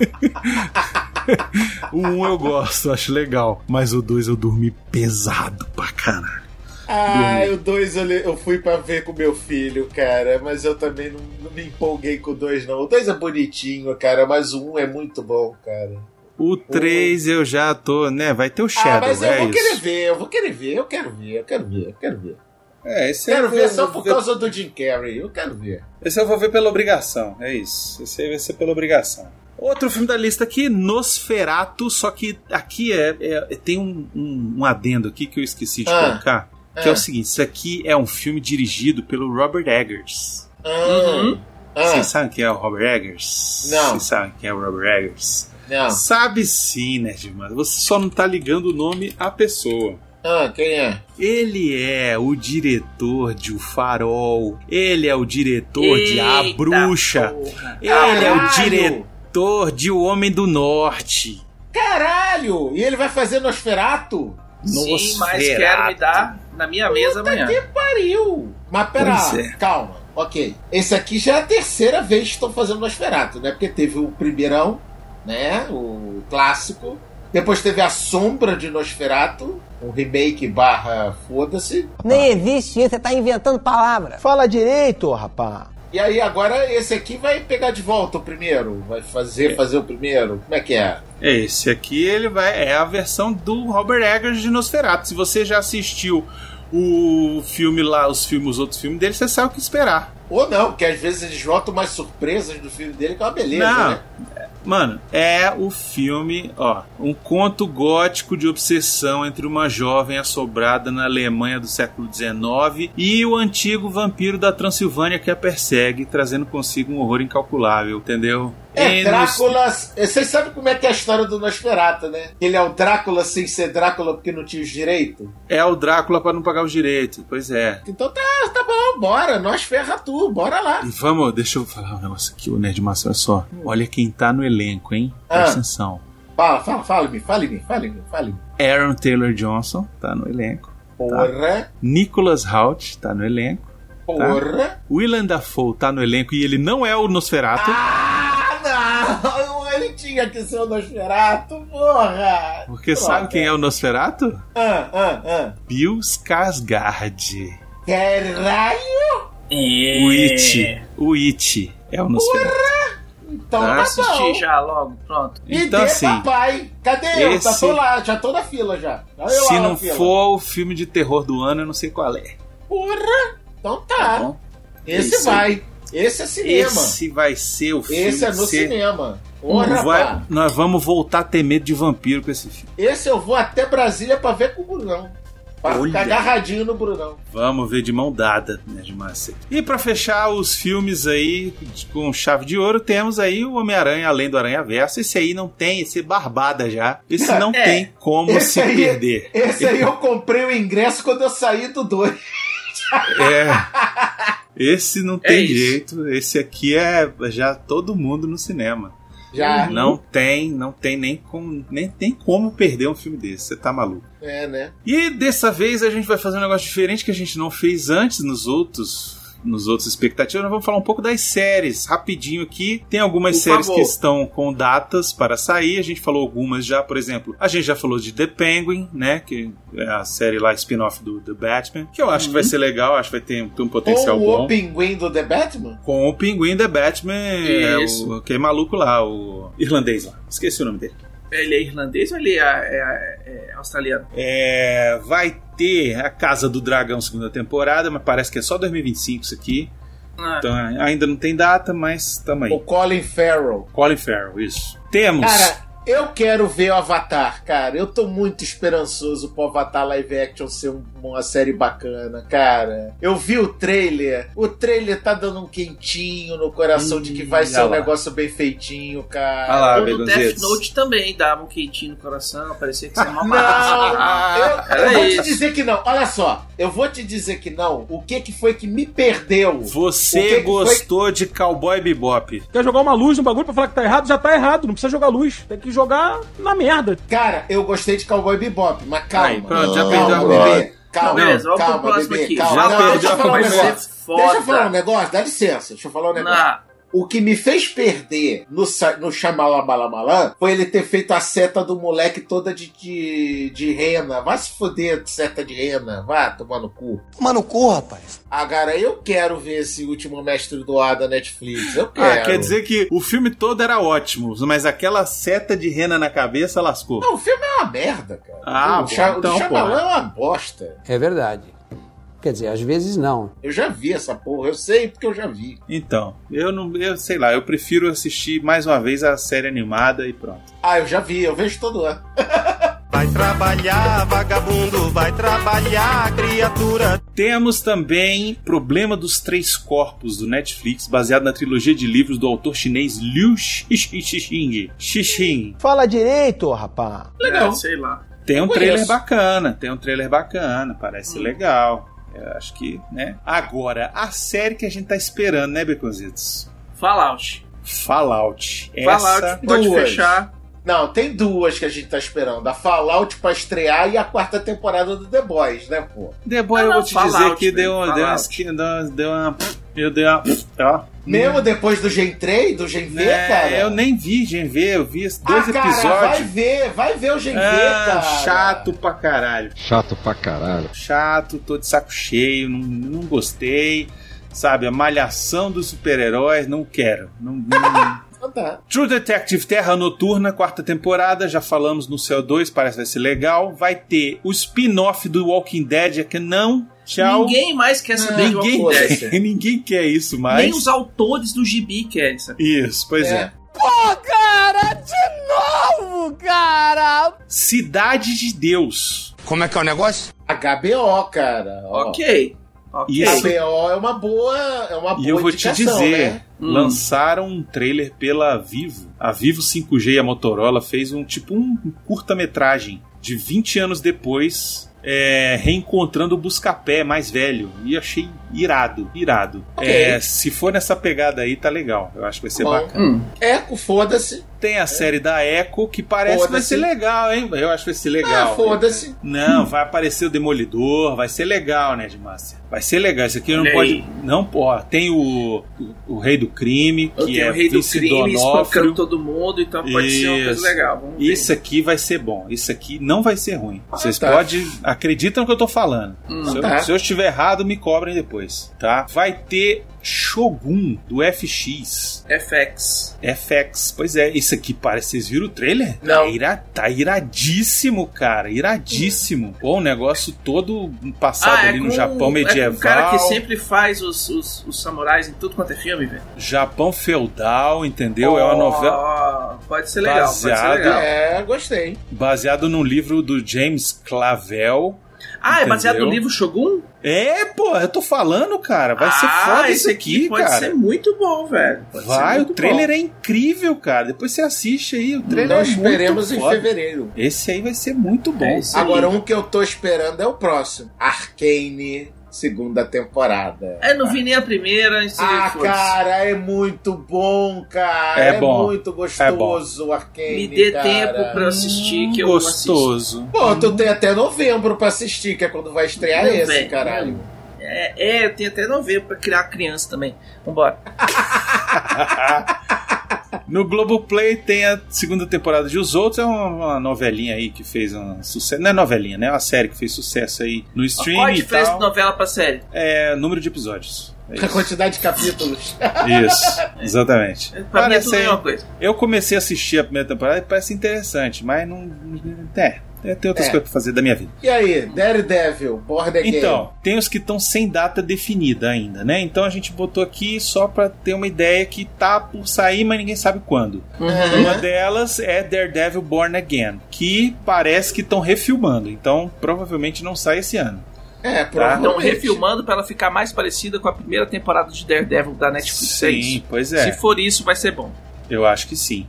[LAUGHS] o 1 um eu gosto, acho legal. Mas o 2 eu dormi pesado pra caralho. ah o dois eu, le- eu fui pra ver com meu filho, cara. Mas eu também não, não me empolguei com o dois, não. O dois é bonitinho, cara, mas o um é muito bom, cara. O 3 eu já tô, né? Vai ter o Shadow, ah, mas eu é vou isso. querer ver, eu vou querer ver, eu quero ver, eu quero ver, eu quero ver. É, esse quero eu um ver vou- só por eu- causa do Jim Carrey, eu quero ver. Esse eu vou ver pela obrigação, é isso. Esse aí vai ser pela obrigação. Outro filme da lista aqui, Nosferato, só que aqui é, é- tem um, um- um adendo aqui que eu esqueci de Ah. colocar, que é. Ah. o seguinte, isso aqui é um filme dirigido pelo Robert Eggers. Uhum. Vocês sabem quem é o Robert Eggers? Não. Vocês sabem quem é o Robert Eggers? Não. Sabe sim, Nerd, mano. Você só não tá ligando o nome à pessoa. Ah, quem é? Ele é o diretor de O Farol. Ele é o diretor de A Eita Bruxa. Ele é o diretor de O Homem do Norte. Caralho! E ele vai fazer Nosferato? Sim, mas quero me dar na minha mesa Puta amanhã. que pariu! Mas pera, Pois é. calma, ok. Esse aqui já é a terceira vez que estão fazendo Nosferatu, né? Porque teve o primeirão, né? O clássico. Depois teve a Sombra de Nosferatu, um remake barra foda-se. Nem existe isso, você tá inventando palavras. Fala direito, rapá. E aí agora esse aqui vai pegar de volta o primeiro, vai É. fazer, fazer o primeiro. Como é que é? Esse aqui ele vai é a versão do Robert Eggers de Nosferatu. Se você já assistiu o filme lá, os filmes, os outros filmes dele, você sabe o que esperar. Ou não, porque às vezes eles botam umas surpresas do filme dele, que é uma beleza, Não. né? Mano, é o filme, ó, um conto gótico de obsessão entre uma jovem assombrada na Alemanha do século XIX e o antigo vampiro da Transilvânia que a persegue, trazendo consigo um horror incalculável, entendeu? É E Drácula. Vocês sabem como é que é a história do Nosferatu, né? Ele é o Drácula sem ser Drácula porque não tinha os direitos. É o Drácula para não pagar os direitos, pois é. Então tá, tá bom, bora, nós ferratu, bora lá. E vamos, deixa eu falar um negócio aqui, o Nerd Massa, olha só. Olha quem tá no elenco, hein? Presta Ah. atenção. Fala, fala, fale-me, fale-me, fale-me, fale-me. Aaron Taylor Johnson tá no elenco. Porra, Nicholas Hoult tá no elenco. Tá? porra. Willem Dafoe tá no elenco e ele não é o Nosferatu. Tá. Ah, não, [LAUGHS] ele tinha que ser o Nosferatu, porra. porque Droga. sabe quem é o Nosferatu? Ah, ah, ah. Bill Skarsgård. Caralho! É. O It. O It é o Nosferatu. Então Ah, tá bom. Assisti já logo, pronto. Me Então, dê assim, papai. Cadê eu? Tá, esse- tô lá, já tô na fila já. Olha eu lá Se na não fila. for o filme de terror do ano, eu não sei qual é. Porra! Então tá. bom? Esse Isso vai. aí. Esse é cinema. Esse, Esse vai ser o filme. é no que você- cinema. Porra, Vai- pá. nós vamos voltar a ter medo de vampiro com esse filme. Esse eu vou até Brasília pra ver com o Brunão. Pra Olha. ficar agarradinho no Brunão. Vamos ver de mão dada, né, de massa. E pra fechar os filmes aí de- com chave de ouro, temos aí o Homem-Aranha Além do Aranha Verso. Esse aí não tem, esse é barbada já. Esse [LAUGHS] não É. tem como Esse se aí- perder. [LAUGHS] Esse aí eu comprei o ingresso quando eu saí do 2. É. Esse É não tem isso. jeito. Esse aqui é já todo mundo no cinema. Já. Não tem, não tem nem como, nem, nem como perder um filme desse. Você tá maluco. É, né? E dessa vez a gente vai fazer um negócio diferente que a gente não fez antes nos outros nos outros expectativas, nós vamos falar um pouco das séries, rapidinho aqui. Tem algumas Por séries favor. que estão com datas para sair, a gente falou algumas já, por exemplo, a gente já falou de The Penguin, né, que é a série lá spin-off do The Batman, que eu acho que vai ser legal, acho que vai ter, ter um Com potencial o bom. pinguim do The Batman? Com o Pinguim The Batman, é, Isso. o, aquele maluco lá, o irlandês lá. Esqueci o nome dele. Ele é irlandês ou ele é, é- é australiano? É, vai ter a Casa do Dragão segunda temporada, mas parece que é só 2025 isso aqui. Ah, Então é, ainda não tem data, mas tamo O aí. Colin Farrell. Colin Farrell, isso. Temos. Cara, eu quero ver o Avatar, cara. Eu tô muito esperançoso pro Avatar Live Action ser um- uma série bacana, cara. Eu vi o trailer. O trailer tá dando um quentinho no coração de que vai olha ser um lá. negócio bem feitinho, cara. Olha lá, ou no Death Begonzetes. Note também dava um quentinho no coração, parecia que você é mal Não, ah, [LAUGHS] eu, É eu Era vou te isso. dizer que não. Olha só, eu vou te dizer que não. O que que foi que me perdeu? O que Você que gostou de Cowboy Bebop? Quer jogar uma luz no bagulho pra falar que tá errado? Já tá errado, não precisa jogar luz. Tem que jogar na merda. Cara, eu gostei de Cowboy Bebop, mas calma. Aí, pronto, já calma, perdeu a bebê. Calma, Não, beleza, vamos pro calma, próximo bebê, aqui. calma. Já Não, perdeu deixa a eu falar um conversa. negócio. Deixa eu falar um negócio, dá licença. Deixa eu falar um negócio. Não, O que me fez perder no, sa- no Xamalabalamalã foi ele ter feito a seta do moleque toda de, de, de rena. Vai se foder, seta de rena. Vá tomar no cu. Tomar no cu, rapaz. Agora, eu quero ver esse último Mestre do Ar da Netflix. Eu Ah, quero. quer dizer que o filme todo era ótimo, mas aquela seta de rena na cabeça lascou. Não, o filme é uma merda, cara. Ah, o, pô, Cha- o então, Shyamalan pô. é uma bosta. É verdade. Quer dizer, às vezes não. Eu já vi essa porra, eu sei porque eu já vi. Então, eu não, eu sei lá, eu prefiro assistir mais uma vez a série animada e pronto. Ah, eu já vi, eu vejo todo ano. Vai trabalhar, vagabundo, vai trabalhar, criatura. Temos também Problema dos Três Corpos do Netflix, baseado na trilogia de livros do autor chinês Liu Xixing. Xixing. Fala direito, rapá. Legal. É, sei lá. Tem um Conheço. trailer bacana, tem um trailer bacana, parece Hum. legal. Eu acho que, né? Agora, a série que a gente tá esperando, né, Beconzitos? Fallout. Fallout. Essa- Fallout pode é Duas. fechar. Não, tem duas que a gente tá esperando. A Fallout pra estrear e a quarta temporada do The Boys, né, pô? Depois Ah, eu não, vou te dizer Fallout, que deu, velho, deu, uma, Fallout. esqui- deu uma- deu uma. Eu dei uma. ó. Mesmo depois do Gen 3, do Gen V, Hum. É, cara? Eu nem vi Gen V, eu vi esses dois Ah, cara, Vai episódios. ver, vai ver o Gen V, Ah, cara. chato pra caralho. Chato pra caralho. Chato, tô de saco cheio, não, não gostei. Sabe, a malhação dos super-heróis, não quero. Não, [LAUGHS] não- Então tá. True Detective Terra Noturna, quarta temporada, já falamos no Céu 2, parece que vai ser legal. Vai ter o spin-off do Walking Dead, é que não. é Tchau. Ninguém mais quer saber de Ninguém, Walking Dead. quer, [LAUGHS] ninguém quer isso mais. Nem os autores do gibi querem saber. Isso, pois é. Pô, cara, de novo, cara! Cidade de Deus. Como é que é o negócio? HBO, cara. ó. Ok. ok. Isso. HBO é uma boa, é uma boa E eu vou te indicação, dizer, né? lançaram um trailer pela Vivo. A Vivo 5G e a Motorola fez um tipo um curta-metragem de 20 anos depois, é, reencontrando o Buscapé mais velho. E achei irado, irado. Ok. É, se for nessa pegada aí, tá legal. Eu acho que vai ser Bom. bacana. Hum. Eco, É, foda-se. Tem a série da Echo, que parece que vai Foda-se. ser legal, hein? Eu acho que vai ser É legal. Ah, foda-se. Não, vai aparecer o Demolidor, vai ser legal, né, Edmaster? Vai ser legal. Isso aqui não Olha pode. aí. Não, ó, tem o, o, o Rei do Crime, que Ok, é o rei do vice crime, Donofrio. espancando todo mundo, então pode ser uma coisa Isso. legal. Vamos ver. Isso aqui vai ser bom. Isso aqui não vai ser ruim. Vocês tá. podem. Acreditam no que eu tô falando. Hum, se, eu, tá. se eu estiver errado, me cobrem depois, tá? Vai ter Shogun do FX. FX. FX, pois é, isso aqui parece. Vocês viram o trailer? Não. Tá, ira- tá iradíssimo, cara. Iradíssimo. Pô, um negócio todo passado Ah, é ali com- no Japão É medieval. com o cara que sempre faz os, os, os samurais em tudo quanto é filme, velho. Japão feudal, entendeu? Oh. É uma novela Ó, Pode ser legal, Baseado- pode ser legal. É, gostei. baseado num livro do James Clavel. Ah, é baseado Entendeu? no livro Shogun? É, pô, eu tô falando, cara. Vai ser Ah, foda isso esse aqui, pode cara. ser muito bom, velho. Pode ser Vai, o muito trailer bom. é incrível, cara. Depois você assiste aí, o trailer é Nós muito esperemos em foda. fevereiro. Esse aí vai ser muito é bom. É Agora, um que eu tô esperando é o próximo. Arcane, segunda temporada. É, não vi nem a primeira. isso aí, Ah, foda-se. cara, é muito bom, cara. É É, bom, muito é bom. gostoso o Arcane. Me dê cara. tempo pra eu assistir que eu Gostoso. Pô, tu tem até novembro pra assistir, que é quando vai estrear Não, esse, velho, caralho. assisto. É, é, eu tenho até novembro pra criar criança também. Vambora. No Globoplay tem a segunda temporada de Os Outros, é uma, uma novelinha aí que fez um sucesso. Não é novelinha, né? É uma série que fez sucesso aí no streaming. Qual a e diferença tal. de novela pra série? É número de episódios. É A isso. quantidade de capítulos. Isso, [LAUGHS] exatamente. Pra mim é Parece- tudo a assim, mesma coisa. Eu comecei a assistir a primeira temporada e parece interessante, mas não. É, é, tem outras É. coisas pra fazer da minha vida. E aí, Daredevil, Born Again. Então, tem os que estão sem data definida ainda, né? Então a gente botou aqui só pra ter uma ideia que tá por sair, mas ninguém sabe quando. Uhum. Uma delas é Daredevil Born Again, que parece que estão refilmando, então provavelmente não sai esse ano. Tá. É, Estão provavelmente. refilmando pra ela ficar mais parecida com a primeira temporada de Daredevil da Netflix. é Sim, isso. pois é. Uhum. Se for isso, vai ser bom. Eu Hum? acho que sim.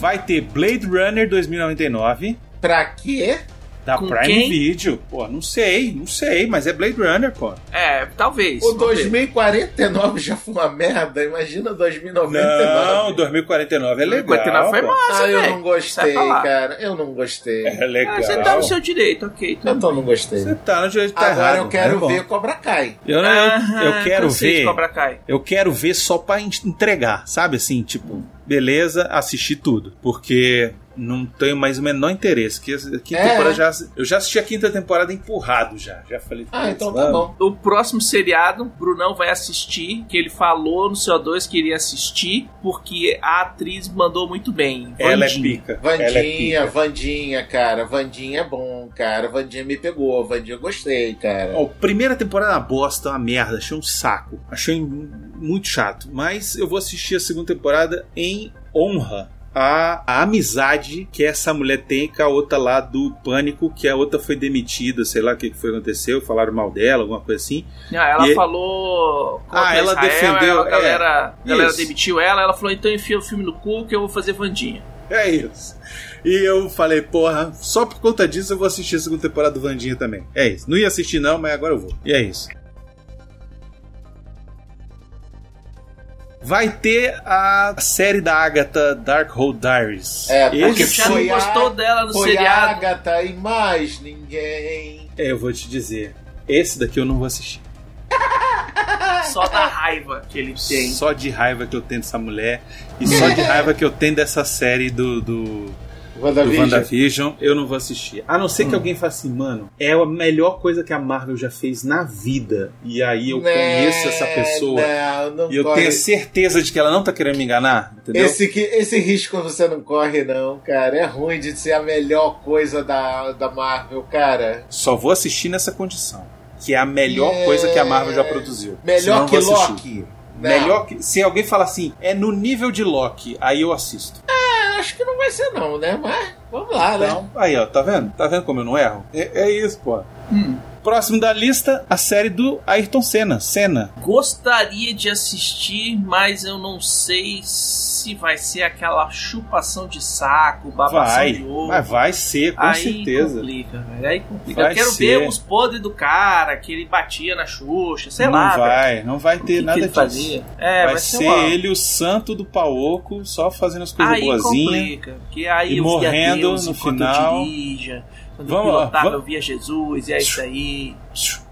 Vai ter Blade Runner 2099. Pra quê? Da Com Prime quem? Video. Pô, não sei, não sei, mas é Blade Runner, pô. É, talvez. O 2049 já foi uma merda, imagina 2099. Não, 2049 é legal. 2049 pô. Ah, eu não Sai gostei, pra lá. cara. Eu não gostei. É legal. Ah, você tá no seu direito, ok. tudo Eu tô, não gostei. Você tá no direito tá Agora errado, eu quero é bom. ver Cobra Kai. Eu, não- eu, eu Ah, quero cansei de ver. Cobra Kai. Eu quero ver só pra en- entregar, sabe assim? Tipo, beleza, assisti tudo. Porque não tenho mais o menor interesse. Que a quinta É. temporada já, eu já assisti a quinta temporada empurrado já. Já falei. Ah, Ah, "Putz, então então tá tá vamos." O próximo seriado, Brunão vai assistir, que ele falou no CO2 que iria assistir, porque a atriz mandou muito bem. Ela é Vandinha. pica. Vandinha, Vandinha, cara. Vandinha é bom, cara. Vandinha me pegou. Vandinha eu gostei, cara. Ó, primeira temporada é uma bosta, uma merda, achei um saco. Achei mu- muito chato. Mas eu vou assistir a segunda temporada em honra à, à amizade que essa mulher tem com a outra lá do Pânico, que a outra foi demitida, sei lá o que que foi aconteceu, falaram mal dela, alguma coisa assim. Não, Ah, ela E- falou. contra Ah, ela defendeu, ela- A é. galera, a galera Isso. demitiu ela, ela falou: então enfia o filme no cu que eu vou fazer Vandinha. [LAUGHS] É isso. E eu falei, porra, só por conta disso eu vou assistir a segunda temporada do Vandinha também. É isso. Não ia assistir não, mas agora eu vou. E é isso. Vai ter a série da Agatha Darkhold Diaries. É, porque Esse- foi a, dela foi seriado. [LAUGHS] a Agatha e mais ninguém. É, eu vou te dizer. Esse daqui eu não vou assistir. Só da raiva que ele tem. Só de raiva que eu tenho dessa mulher. E só de raiva que eu tenho dessa série do. do... Do WandaVision. WandaVision, eu não vou assistir. A não ser Hum. que alguém fale assim, mano, é a melhor coisa que a Marvel já fez na vida. E aí eu Né, conheço essa pessoa. não, não e eu corre. tenho certeza de que ela não tá querendo me enganar, entendeu? Esse, que, esse risco você não corre, não, cara. É ruim de ser a melhor coisa da, da Marvel, cara. Só vou assistir nessa condição. Que é a melhor É. coisa que a Marvel já produziu. Senão Melhor eu que vou assistir. Loki. né? Não. Melhor que. Se alguém falar assim, é no nível de Loki, aí eu assisto. É, acho que não vai ser, não, né? Mas vamos lá, né? Então, aí, ó, tá vendo? Tá vendo como eu não erro? É, é isso, pô. Hum. Próximo da lista, a série do Ayrton Senna. Senna. Gostaria de assistir, mas eu não sei se vai ser aquela chupação de saco, babação Vai. de ovo. Mas vai ser, com Aí certeza. complica, velho. Aí complica. Vai eu quero ser. ver os podres do cara que ele batia na Xuxa, sei não lá. vai, velho. não vai que ter que nada ele disso. fazia? É, vai vai ser ser uma- ele o santo do pauoco, só fazendo as coisas aí boazinhas. complica, porque aí E eu via morrendo Deus no enquanto final. eu dirija, quando Vamos eu lá, pilotava vamos- eu via Jesus, e é isso aí.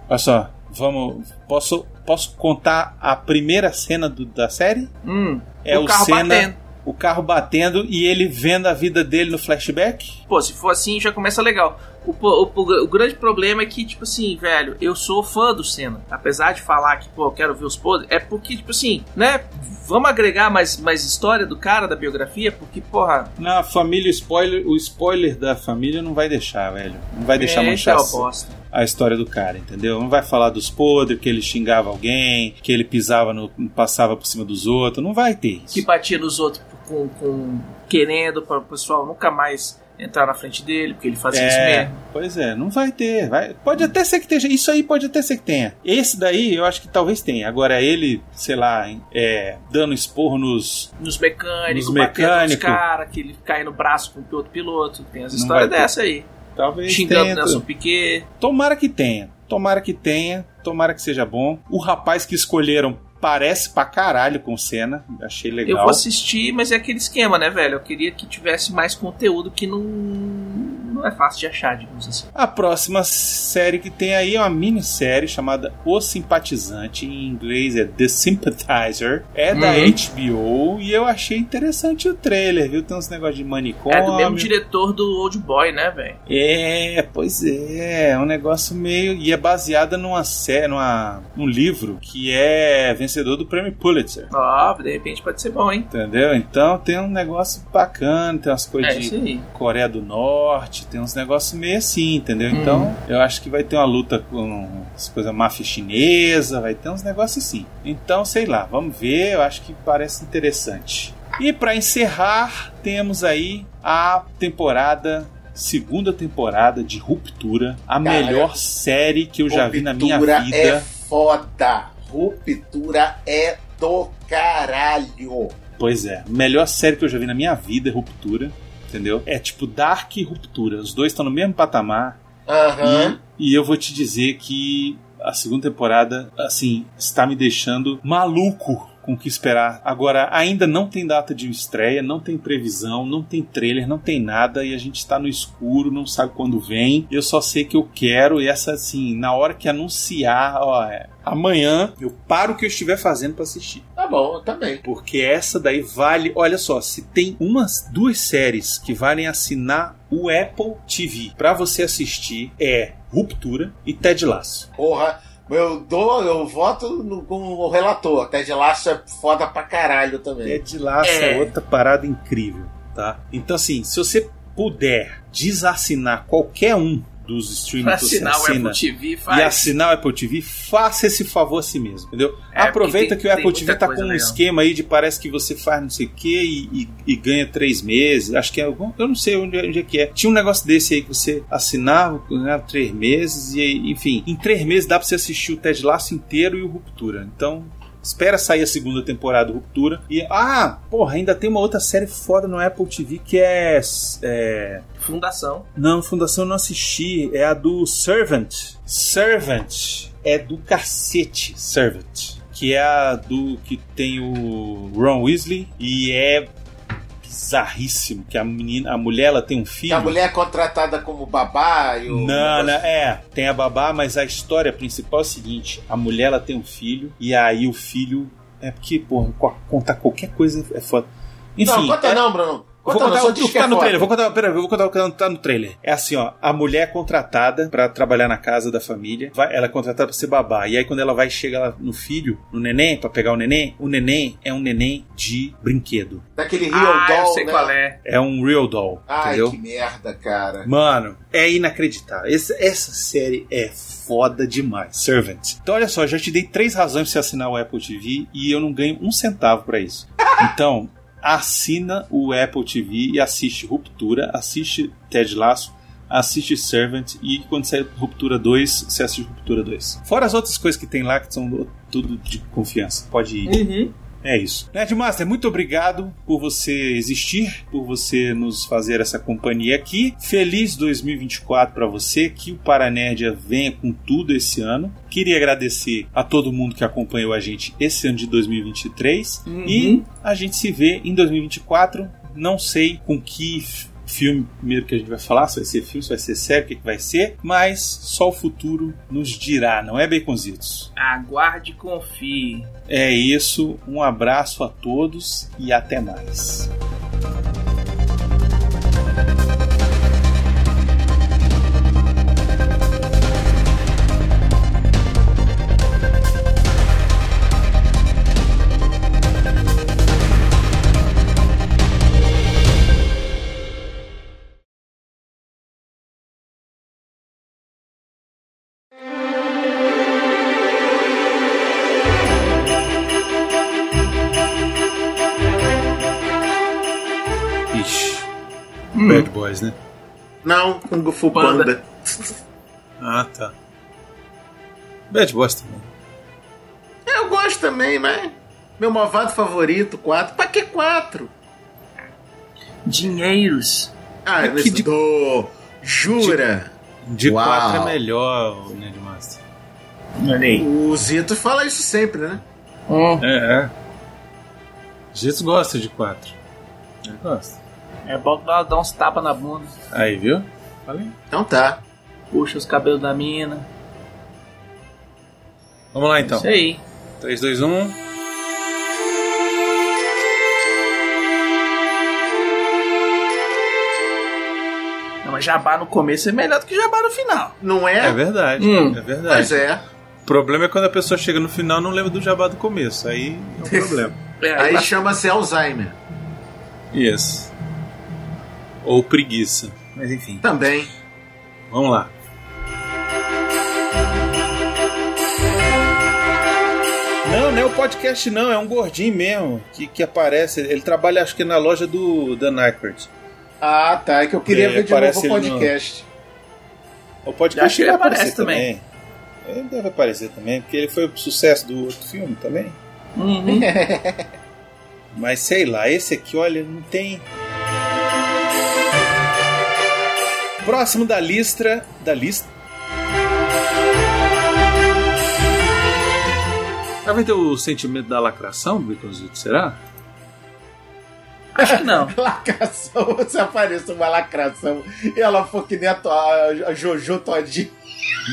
Olha só, vamos. Posso, posso contar a primeira cena do- da série? Hum, É o o, carro Senna, batendo. o carro batendo e ele vendo a vida dele no flashback? Pô, se for assim, já começa legal. O, po- o, o, o grande problema é que, tipo assim, velho, eu sou fã do Senna. Apesar de falar que, pô, eu quero ver os podres, é porque, tipo assim, né? Vamos agregar mais, mais história do cara, da biografia, porque, porra, Na família, o spoiler, o spoiler da família não vai deixar, velho. Não vai deixar É, manchar isso é essa- uma bosta. a história do cara, entendeu? Não vai falar dos podres, que ele xingava alguém, que ele pisava no. passava por cima dos outros. Não vai ter isso. que batia nos outros com, com- querendo para o pessoal nunca mais entrar na frente dele, porque ele fazia isso É, mesmo. pois é, não vai ter. vai- Pode até ser que tenha. Isso aí pode até ser que tenha. Esse daí eu acho que talvez tenha. Agora ele, sei lá, em- é, dando esporro nos. Nos mecânicos, Nos batendo nos mecânico. caras, que ele cai no braço com o outro piloto. Tem as Não histórias vai ter. dessa aí. Talvez Xingando tenha. Nelson Piquet. Tomara que tenha. Tomara que tenha. Tomara que seja bom. O rapaz que escolheram parece pra caralho com cena. Achei legal. Eu vou assistir, mas é aquele esquema, né, velho? Eu queria que tivesse mais conteúdo que não, não é fácil de achar, digamos assim. A próxima série que tem aí é uma minissérie chamada O Simpatizante, em inglês é The Sympathizer. É da Uhum. HBO e eu achei interessante o trailer, viu? Tem uns negócios de manicômio. É do mesmo diretor do Old Boy, né, velho? É, pois é, é um negócio meio. E é baseada numa série, numa, num livro que é vencedor do prêmio Pulitzer. Ó, de repente pode ser bom, hein? Entendeu? Então tem um negócio bacana, tem umas coisas É, isso de aí. Coreia do Norte, tem uns negócios meio assim, entendeu? Hum. Então eu acho que vai ter uma luta com as coisas máfia chinesa, vai ter uns negócios assim. Então sei lá, vamos ver, eu acho que parece interessante. E pra encerrar, temos aí a temporada, segunda temporada de Ruptura, a Cara, melhor série que eu já vi na minha Ruptura vida. é foda. Ruptura é do caralho. Pois é, melhor série que eu já vi na minha vida é Ruptura. entendeu? É tipo Dark e Ruptura. Os dois estão no mesmo patamar. Aham. E, e eu vou te dizer que a segunda temporada, assim, está me deixando maluco com o que esperar. Agora, ainda não tem data de estreia, não tem previsão, não tem trailer, não tem nada e a gente está no escuro, não sabe quando vem. Eu só sei que eu quero e essa, assim, na hora que anunciar, ó, é, amanhã eu paro o que eu estiver fazendo para assistir. Tá bom, também. Porque essa daí vale. Olha só, se tem umas duas séries que valem assinar o Apple TV para você assistir é Ruptura e Ted Lasso. Porra, eu dou, eu voto no- com o relator. Ted Lasso é foda pra caralho também. Ted Lasso é. outra parada incrível, tá? Então assim, se você puder desassinar qualquer um dos Pra streamings que você assinar o assina Apple TV, e faz. assinar o Apple TV, faça esse favor a si mesmo, entendeu? É, Aproveita porque que tem- o Apple TV tem muita tá coisa com um legal. esquema aí de parece que você faz não sei o que e, e- e ganha três meses. Acho que é algum. Eu não sei onde, onde é que é. Tinha um negócio desse aí que você assinava, ganhava três meses, e enfim, em três meses dá pra você assistir o Ted Lasso inteiro e o Ruptura. Então. Espera sair a segunda temporada do Ruptura. E. Ah, porra, ainda tem uma outra série foda no Apple TV que é. é Fundação. não, Fundação eu não assisti. É a do Servant. Servant é do cacete. Servant. Que é a do que tem o Ron Weasley e é bizarríssimo que a menina, a mulher, ela tem um filho. A mulher um é contratada como babá e o. Não, não, é, tem a babá, mas a história principal é o seguinte: a mulher ela tem um filho, e aí o filho. É porque, porra, co- contar qualquer coisa é foda. Enfim, não, conta é- não, Bruno. Conta vou não, contar só o diz que que é tá no foda. trailer. Vou contar, pera, eu vou contar o que tá no trailer. É assim, ó. A mulher é contratada pra trabalhar na casa da família. Vai- ela é contratada pra ser babá. E aí, quando ela vai chegar lá no filho, no neném, pra pegar o neném, o neném é um neném de brinquedo. Daquele Rio Ah, Doll, eu sei né? qual é. É um real doll. Ai, entendeu? que merda, cara. Mano, é inacreditável. Essa, essa série é foda demais. Servant. Então, olha só, já te dei três razões pra você assinar o Apple TV e eu não ganho um centavo pra [LAUGHS] isso. Então, assina o Apple TV e assiste Ruptura, assiste Ted Lasso, assiste Servant e quando sair Ruptura 2, você assiste Ruptura 2. Fora as outras coisas que tem lá que são tudo de confiança. Pode ir. É isso. Nerdmaster, muito obrigado por você existir, por você nos fazer essa companhia aqui. Feliz 2024 para você, que o Paranerdia venha com tudo esse ano. Queria agradecer a todo mundo que acompanhou a gente esse ano de 2023 Uhum. e a gente se vê em 2024. Não sei com que f- filme primeiro que a gente vai falar, se vai ser filme, se vai ser série, o que que vai ser, mas só o futuro nos dirá, não é, Baconzitos? Aguarde e confie. É isso, um abraço a todos e até mais. Ixi. Bad Boys, né? Não, Kung Fu Panda. Panda. Ah, tá. Bad Boys também. Eu gosto também, mas. Meu malvado favorito, 4. Pra que 4? Dinheiros. Ah, É que nesse de- do. Jura? De Uau. 4 é melhor, Nerdmaster. Olha aí. O Zito fala isso sempre, né? É, é. Jesus gosta de 4. Gosta. É bom que dá dá uns tapas na bunda. Aí, viu? Falei. Então tá. Puxa os cabelos da mina. Vamos lá então. um. Isso aí. 3, 2, 1. Não, mas jabá no começo é melhor do que jabá no final. Não É é? verdade, Hum. é verdade. Mas é. O problema é quando a pessoa chega no final e não lembra do jabá do começo. Aí é um problema. É, aí Aí lá- chama-se Alzheimer. Isso. Ou preguiça. Mas enfim, Também. vamos lá. Não, não é o podcast não, é um gordinho mesmo que, que aparece. Ele trabalha acho que na loja do da Nycard. Ah, tá. É que eu queria É, ver de parece novo o ele no- podcast. O Acho podcast que ele vai aparece aparecer também. Ele deve aparecer também, porque ele foi o sucesso do outro filme também. [LAUGHS] Uhum. Mas sei lá, esse aqui, olha, não tem. Próximo da lista. Da lista. Ah, vai ter o sentimento da lacração, Bitonzito, será? Acho que não. [LAUGHS] lacração, se aparece uma lacração e ela for que nem a, to- a- a Jojo Todinho.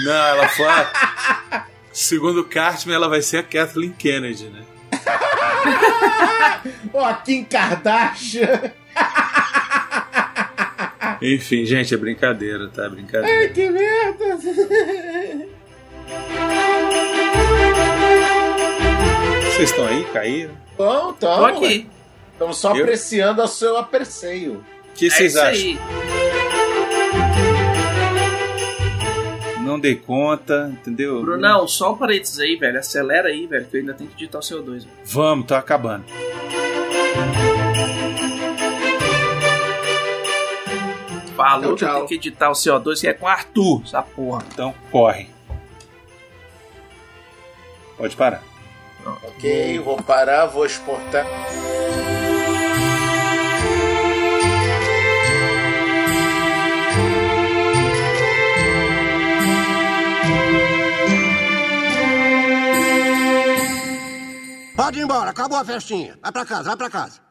Não, ela foi. [LAUGHS] a- Segundo o Cartman, ela vai ser a Kathleen Kennedy, né? Ó, a Kim Kardashian. [LAUGHS] Enfim, gente, é brincadeira, tá? É Brincadeira. Ai, que merda. Vocês estão aí, caíram? Bom, então. Tô aqui. Estamos só Eu? apreciando o seu aperceio. O É que vocês acham? Não dei conta, entendeu? Brunão, só um parênteses aí, velho. Acelera aí, velho, que eu ainda tenho que digitar o CO2. velho. Vamos, tá acabando. Falou Então, que eu tchau. tenho que editar o CO2, que é com o Arthur, essa porra. Então, corre. Pode parar. Ok, vou parar, vou exportar. Pode ir embora, acabou a festinha. Vai pra casa, vai pra casa.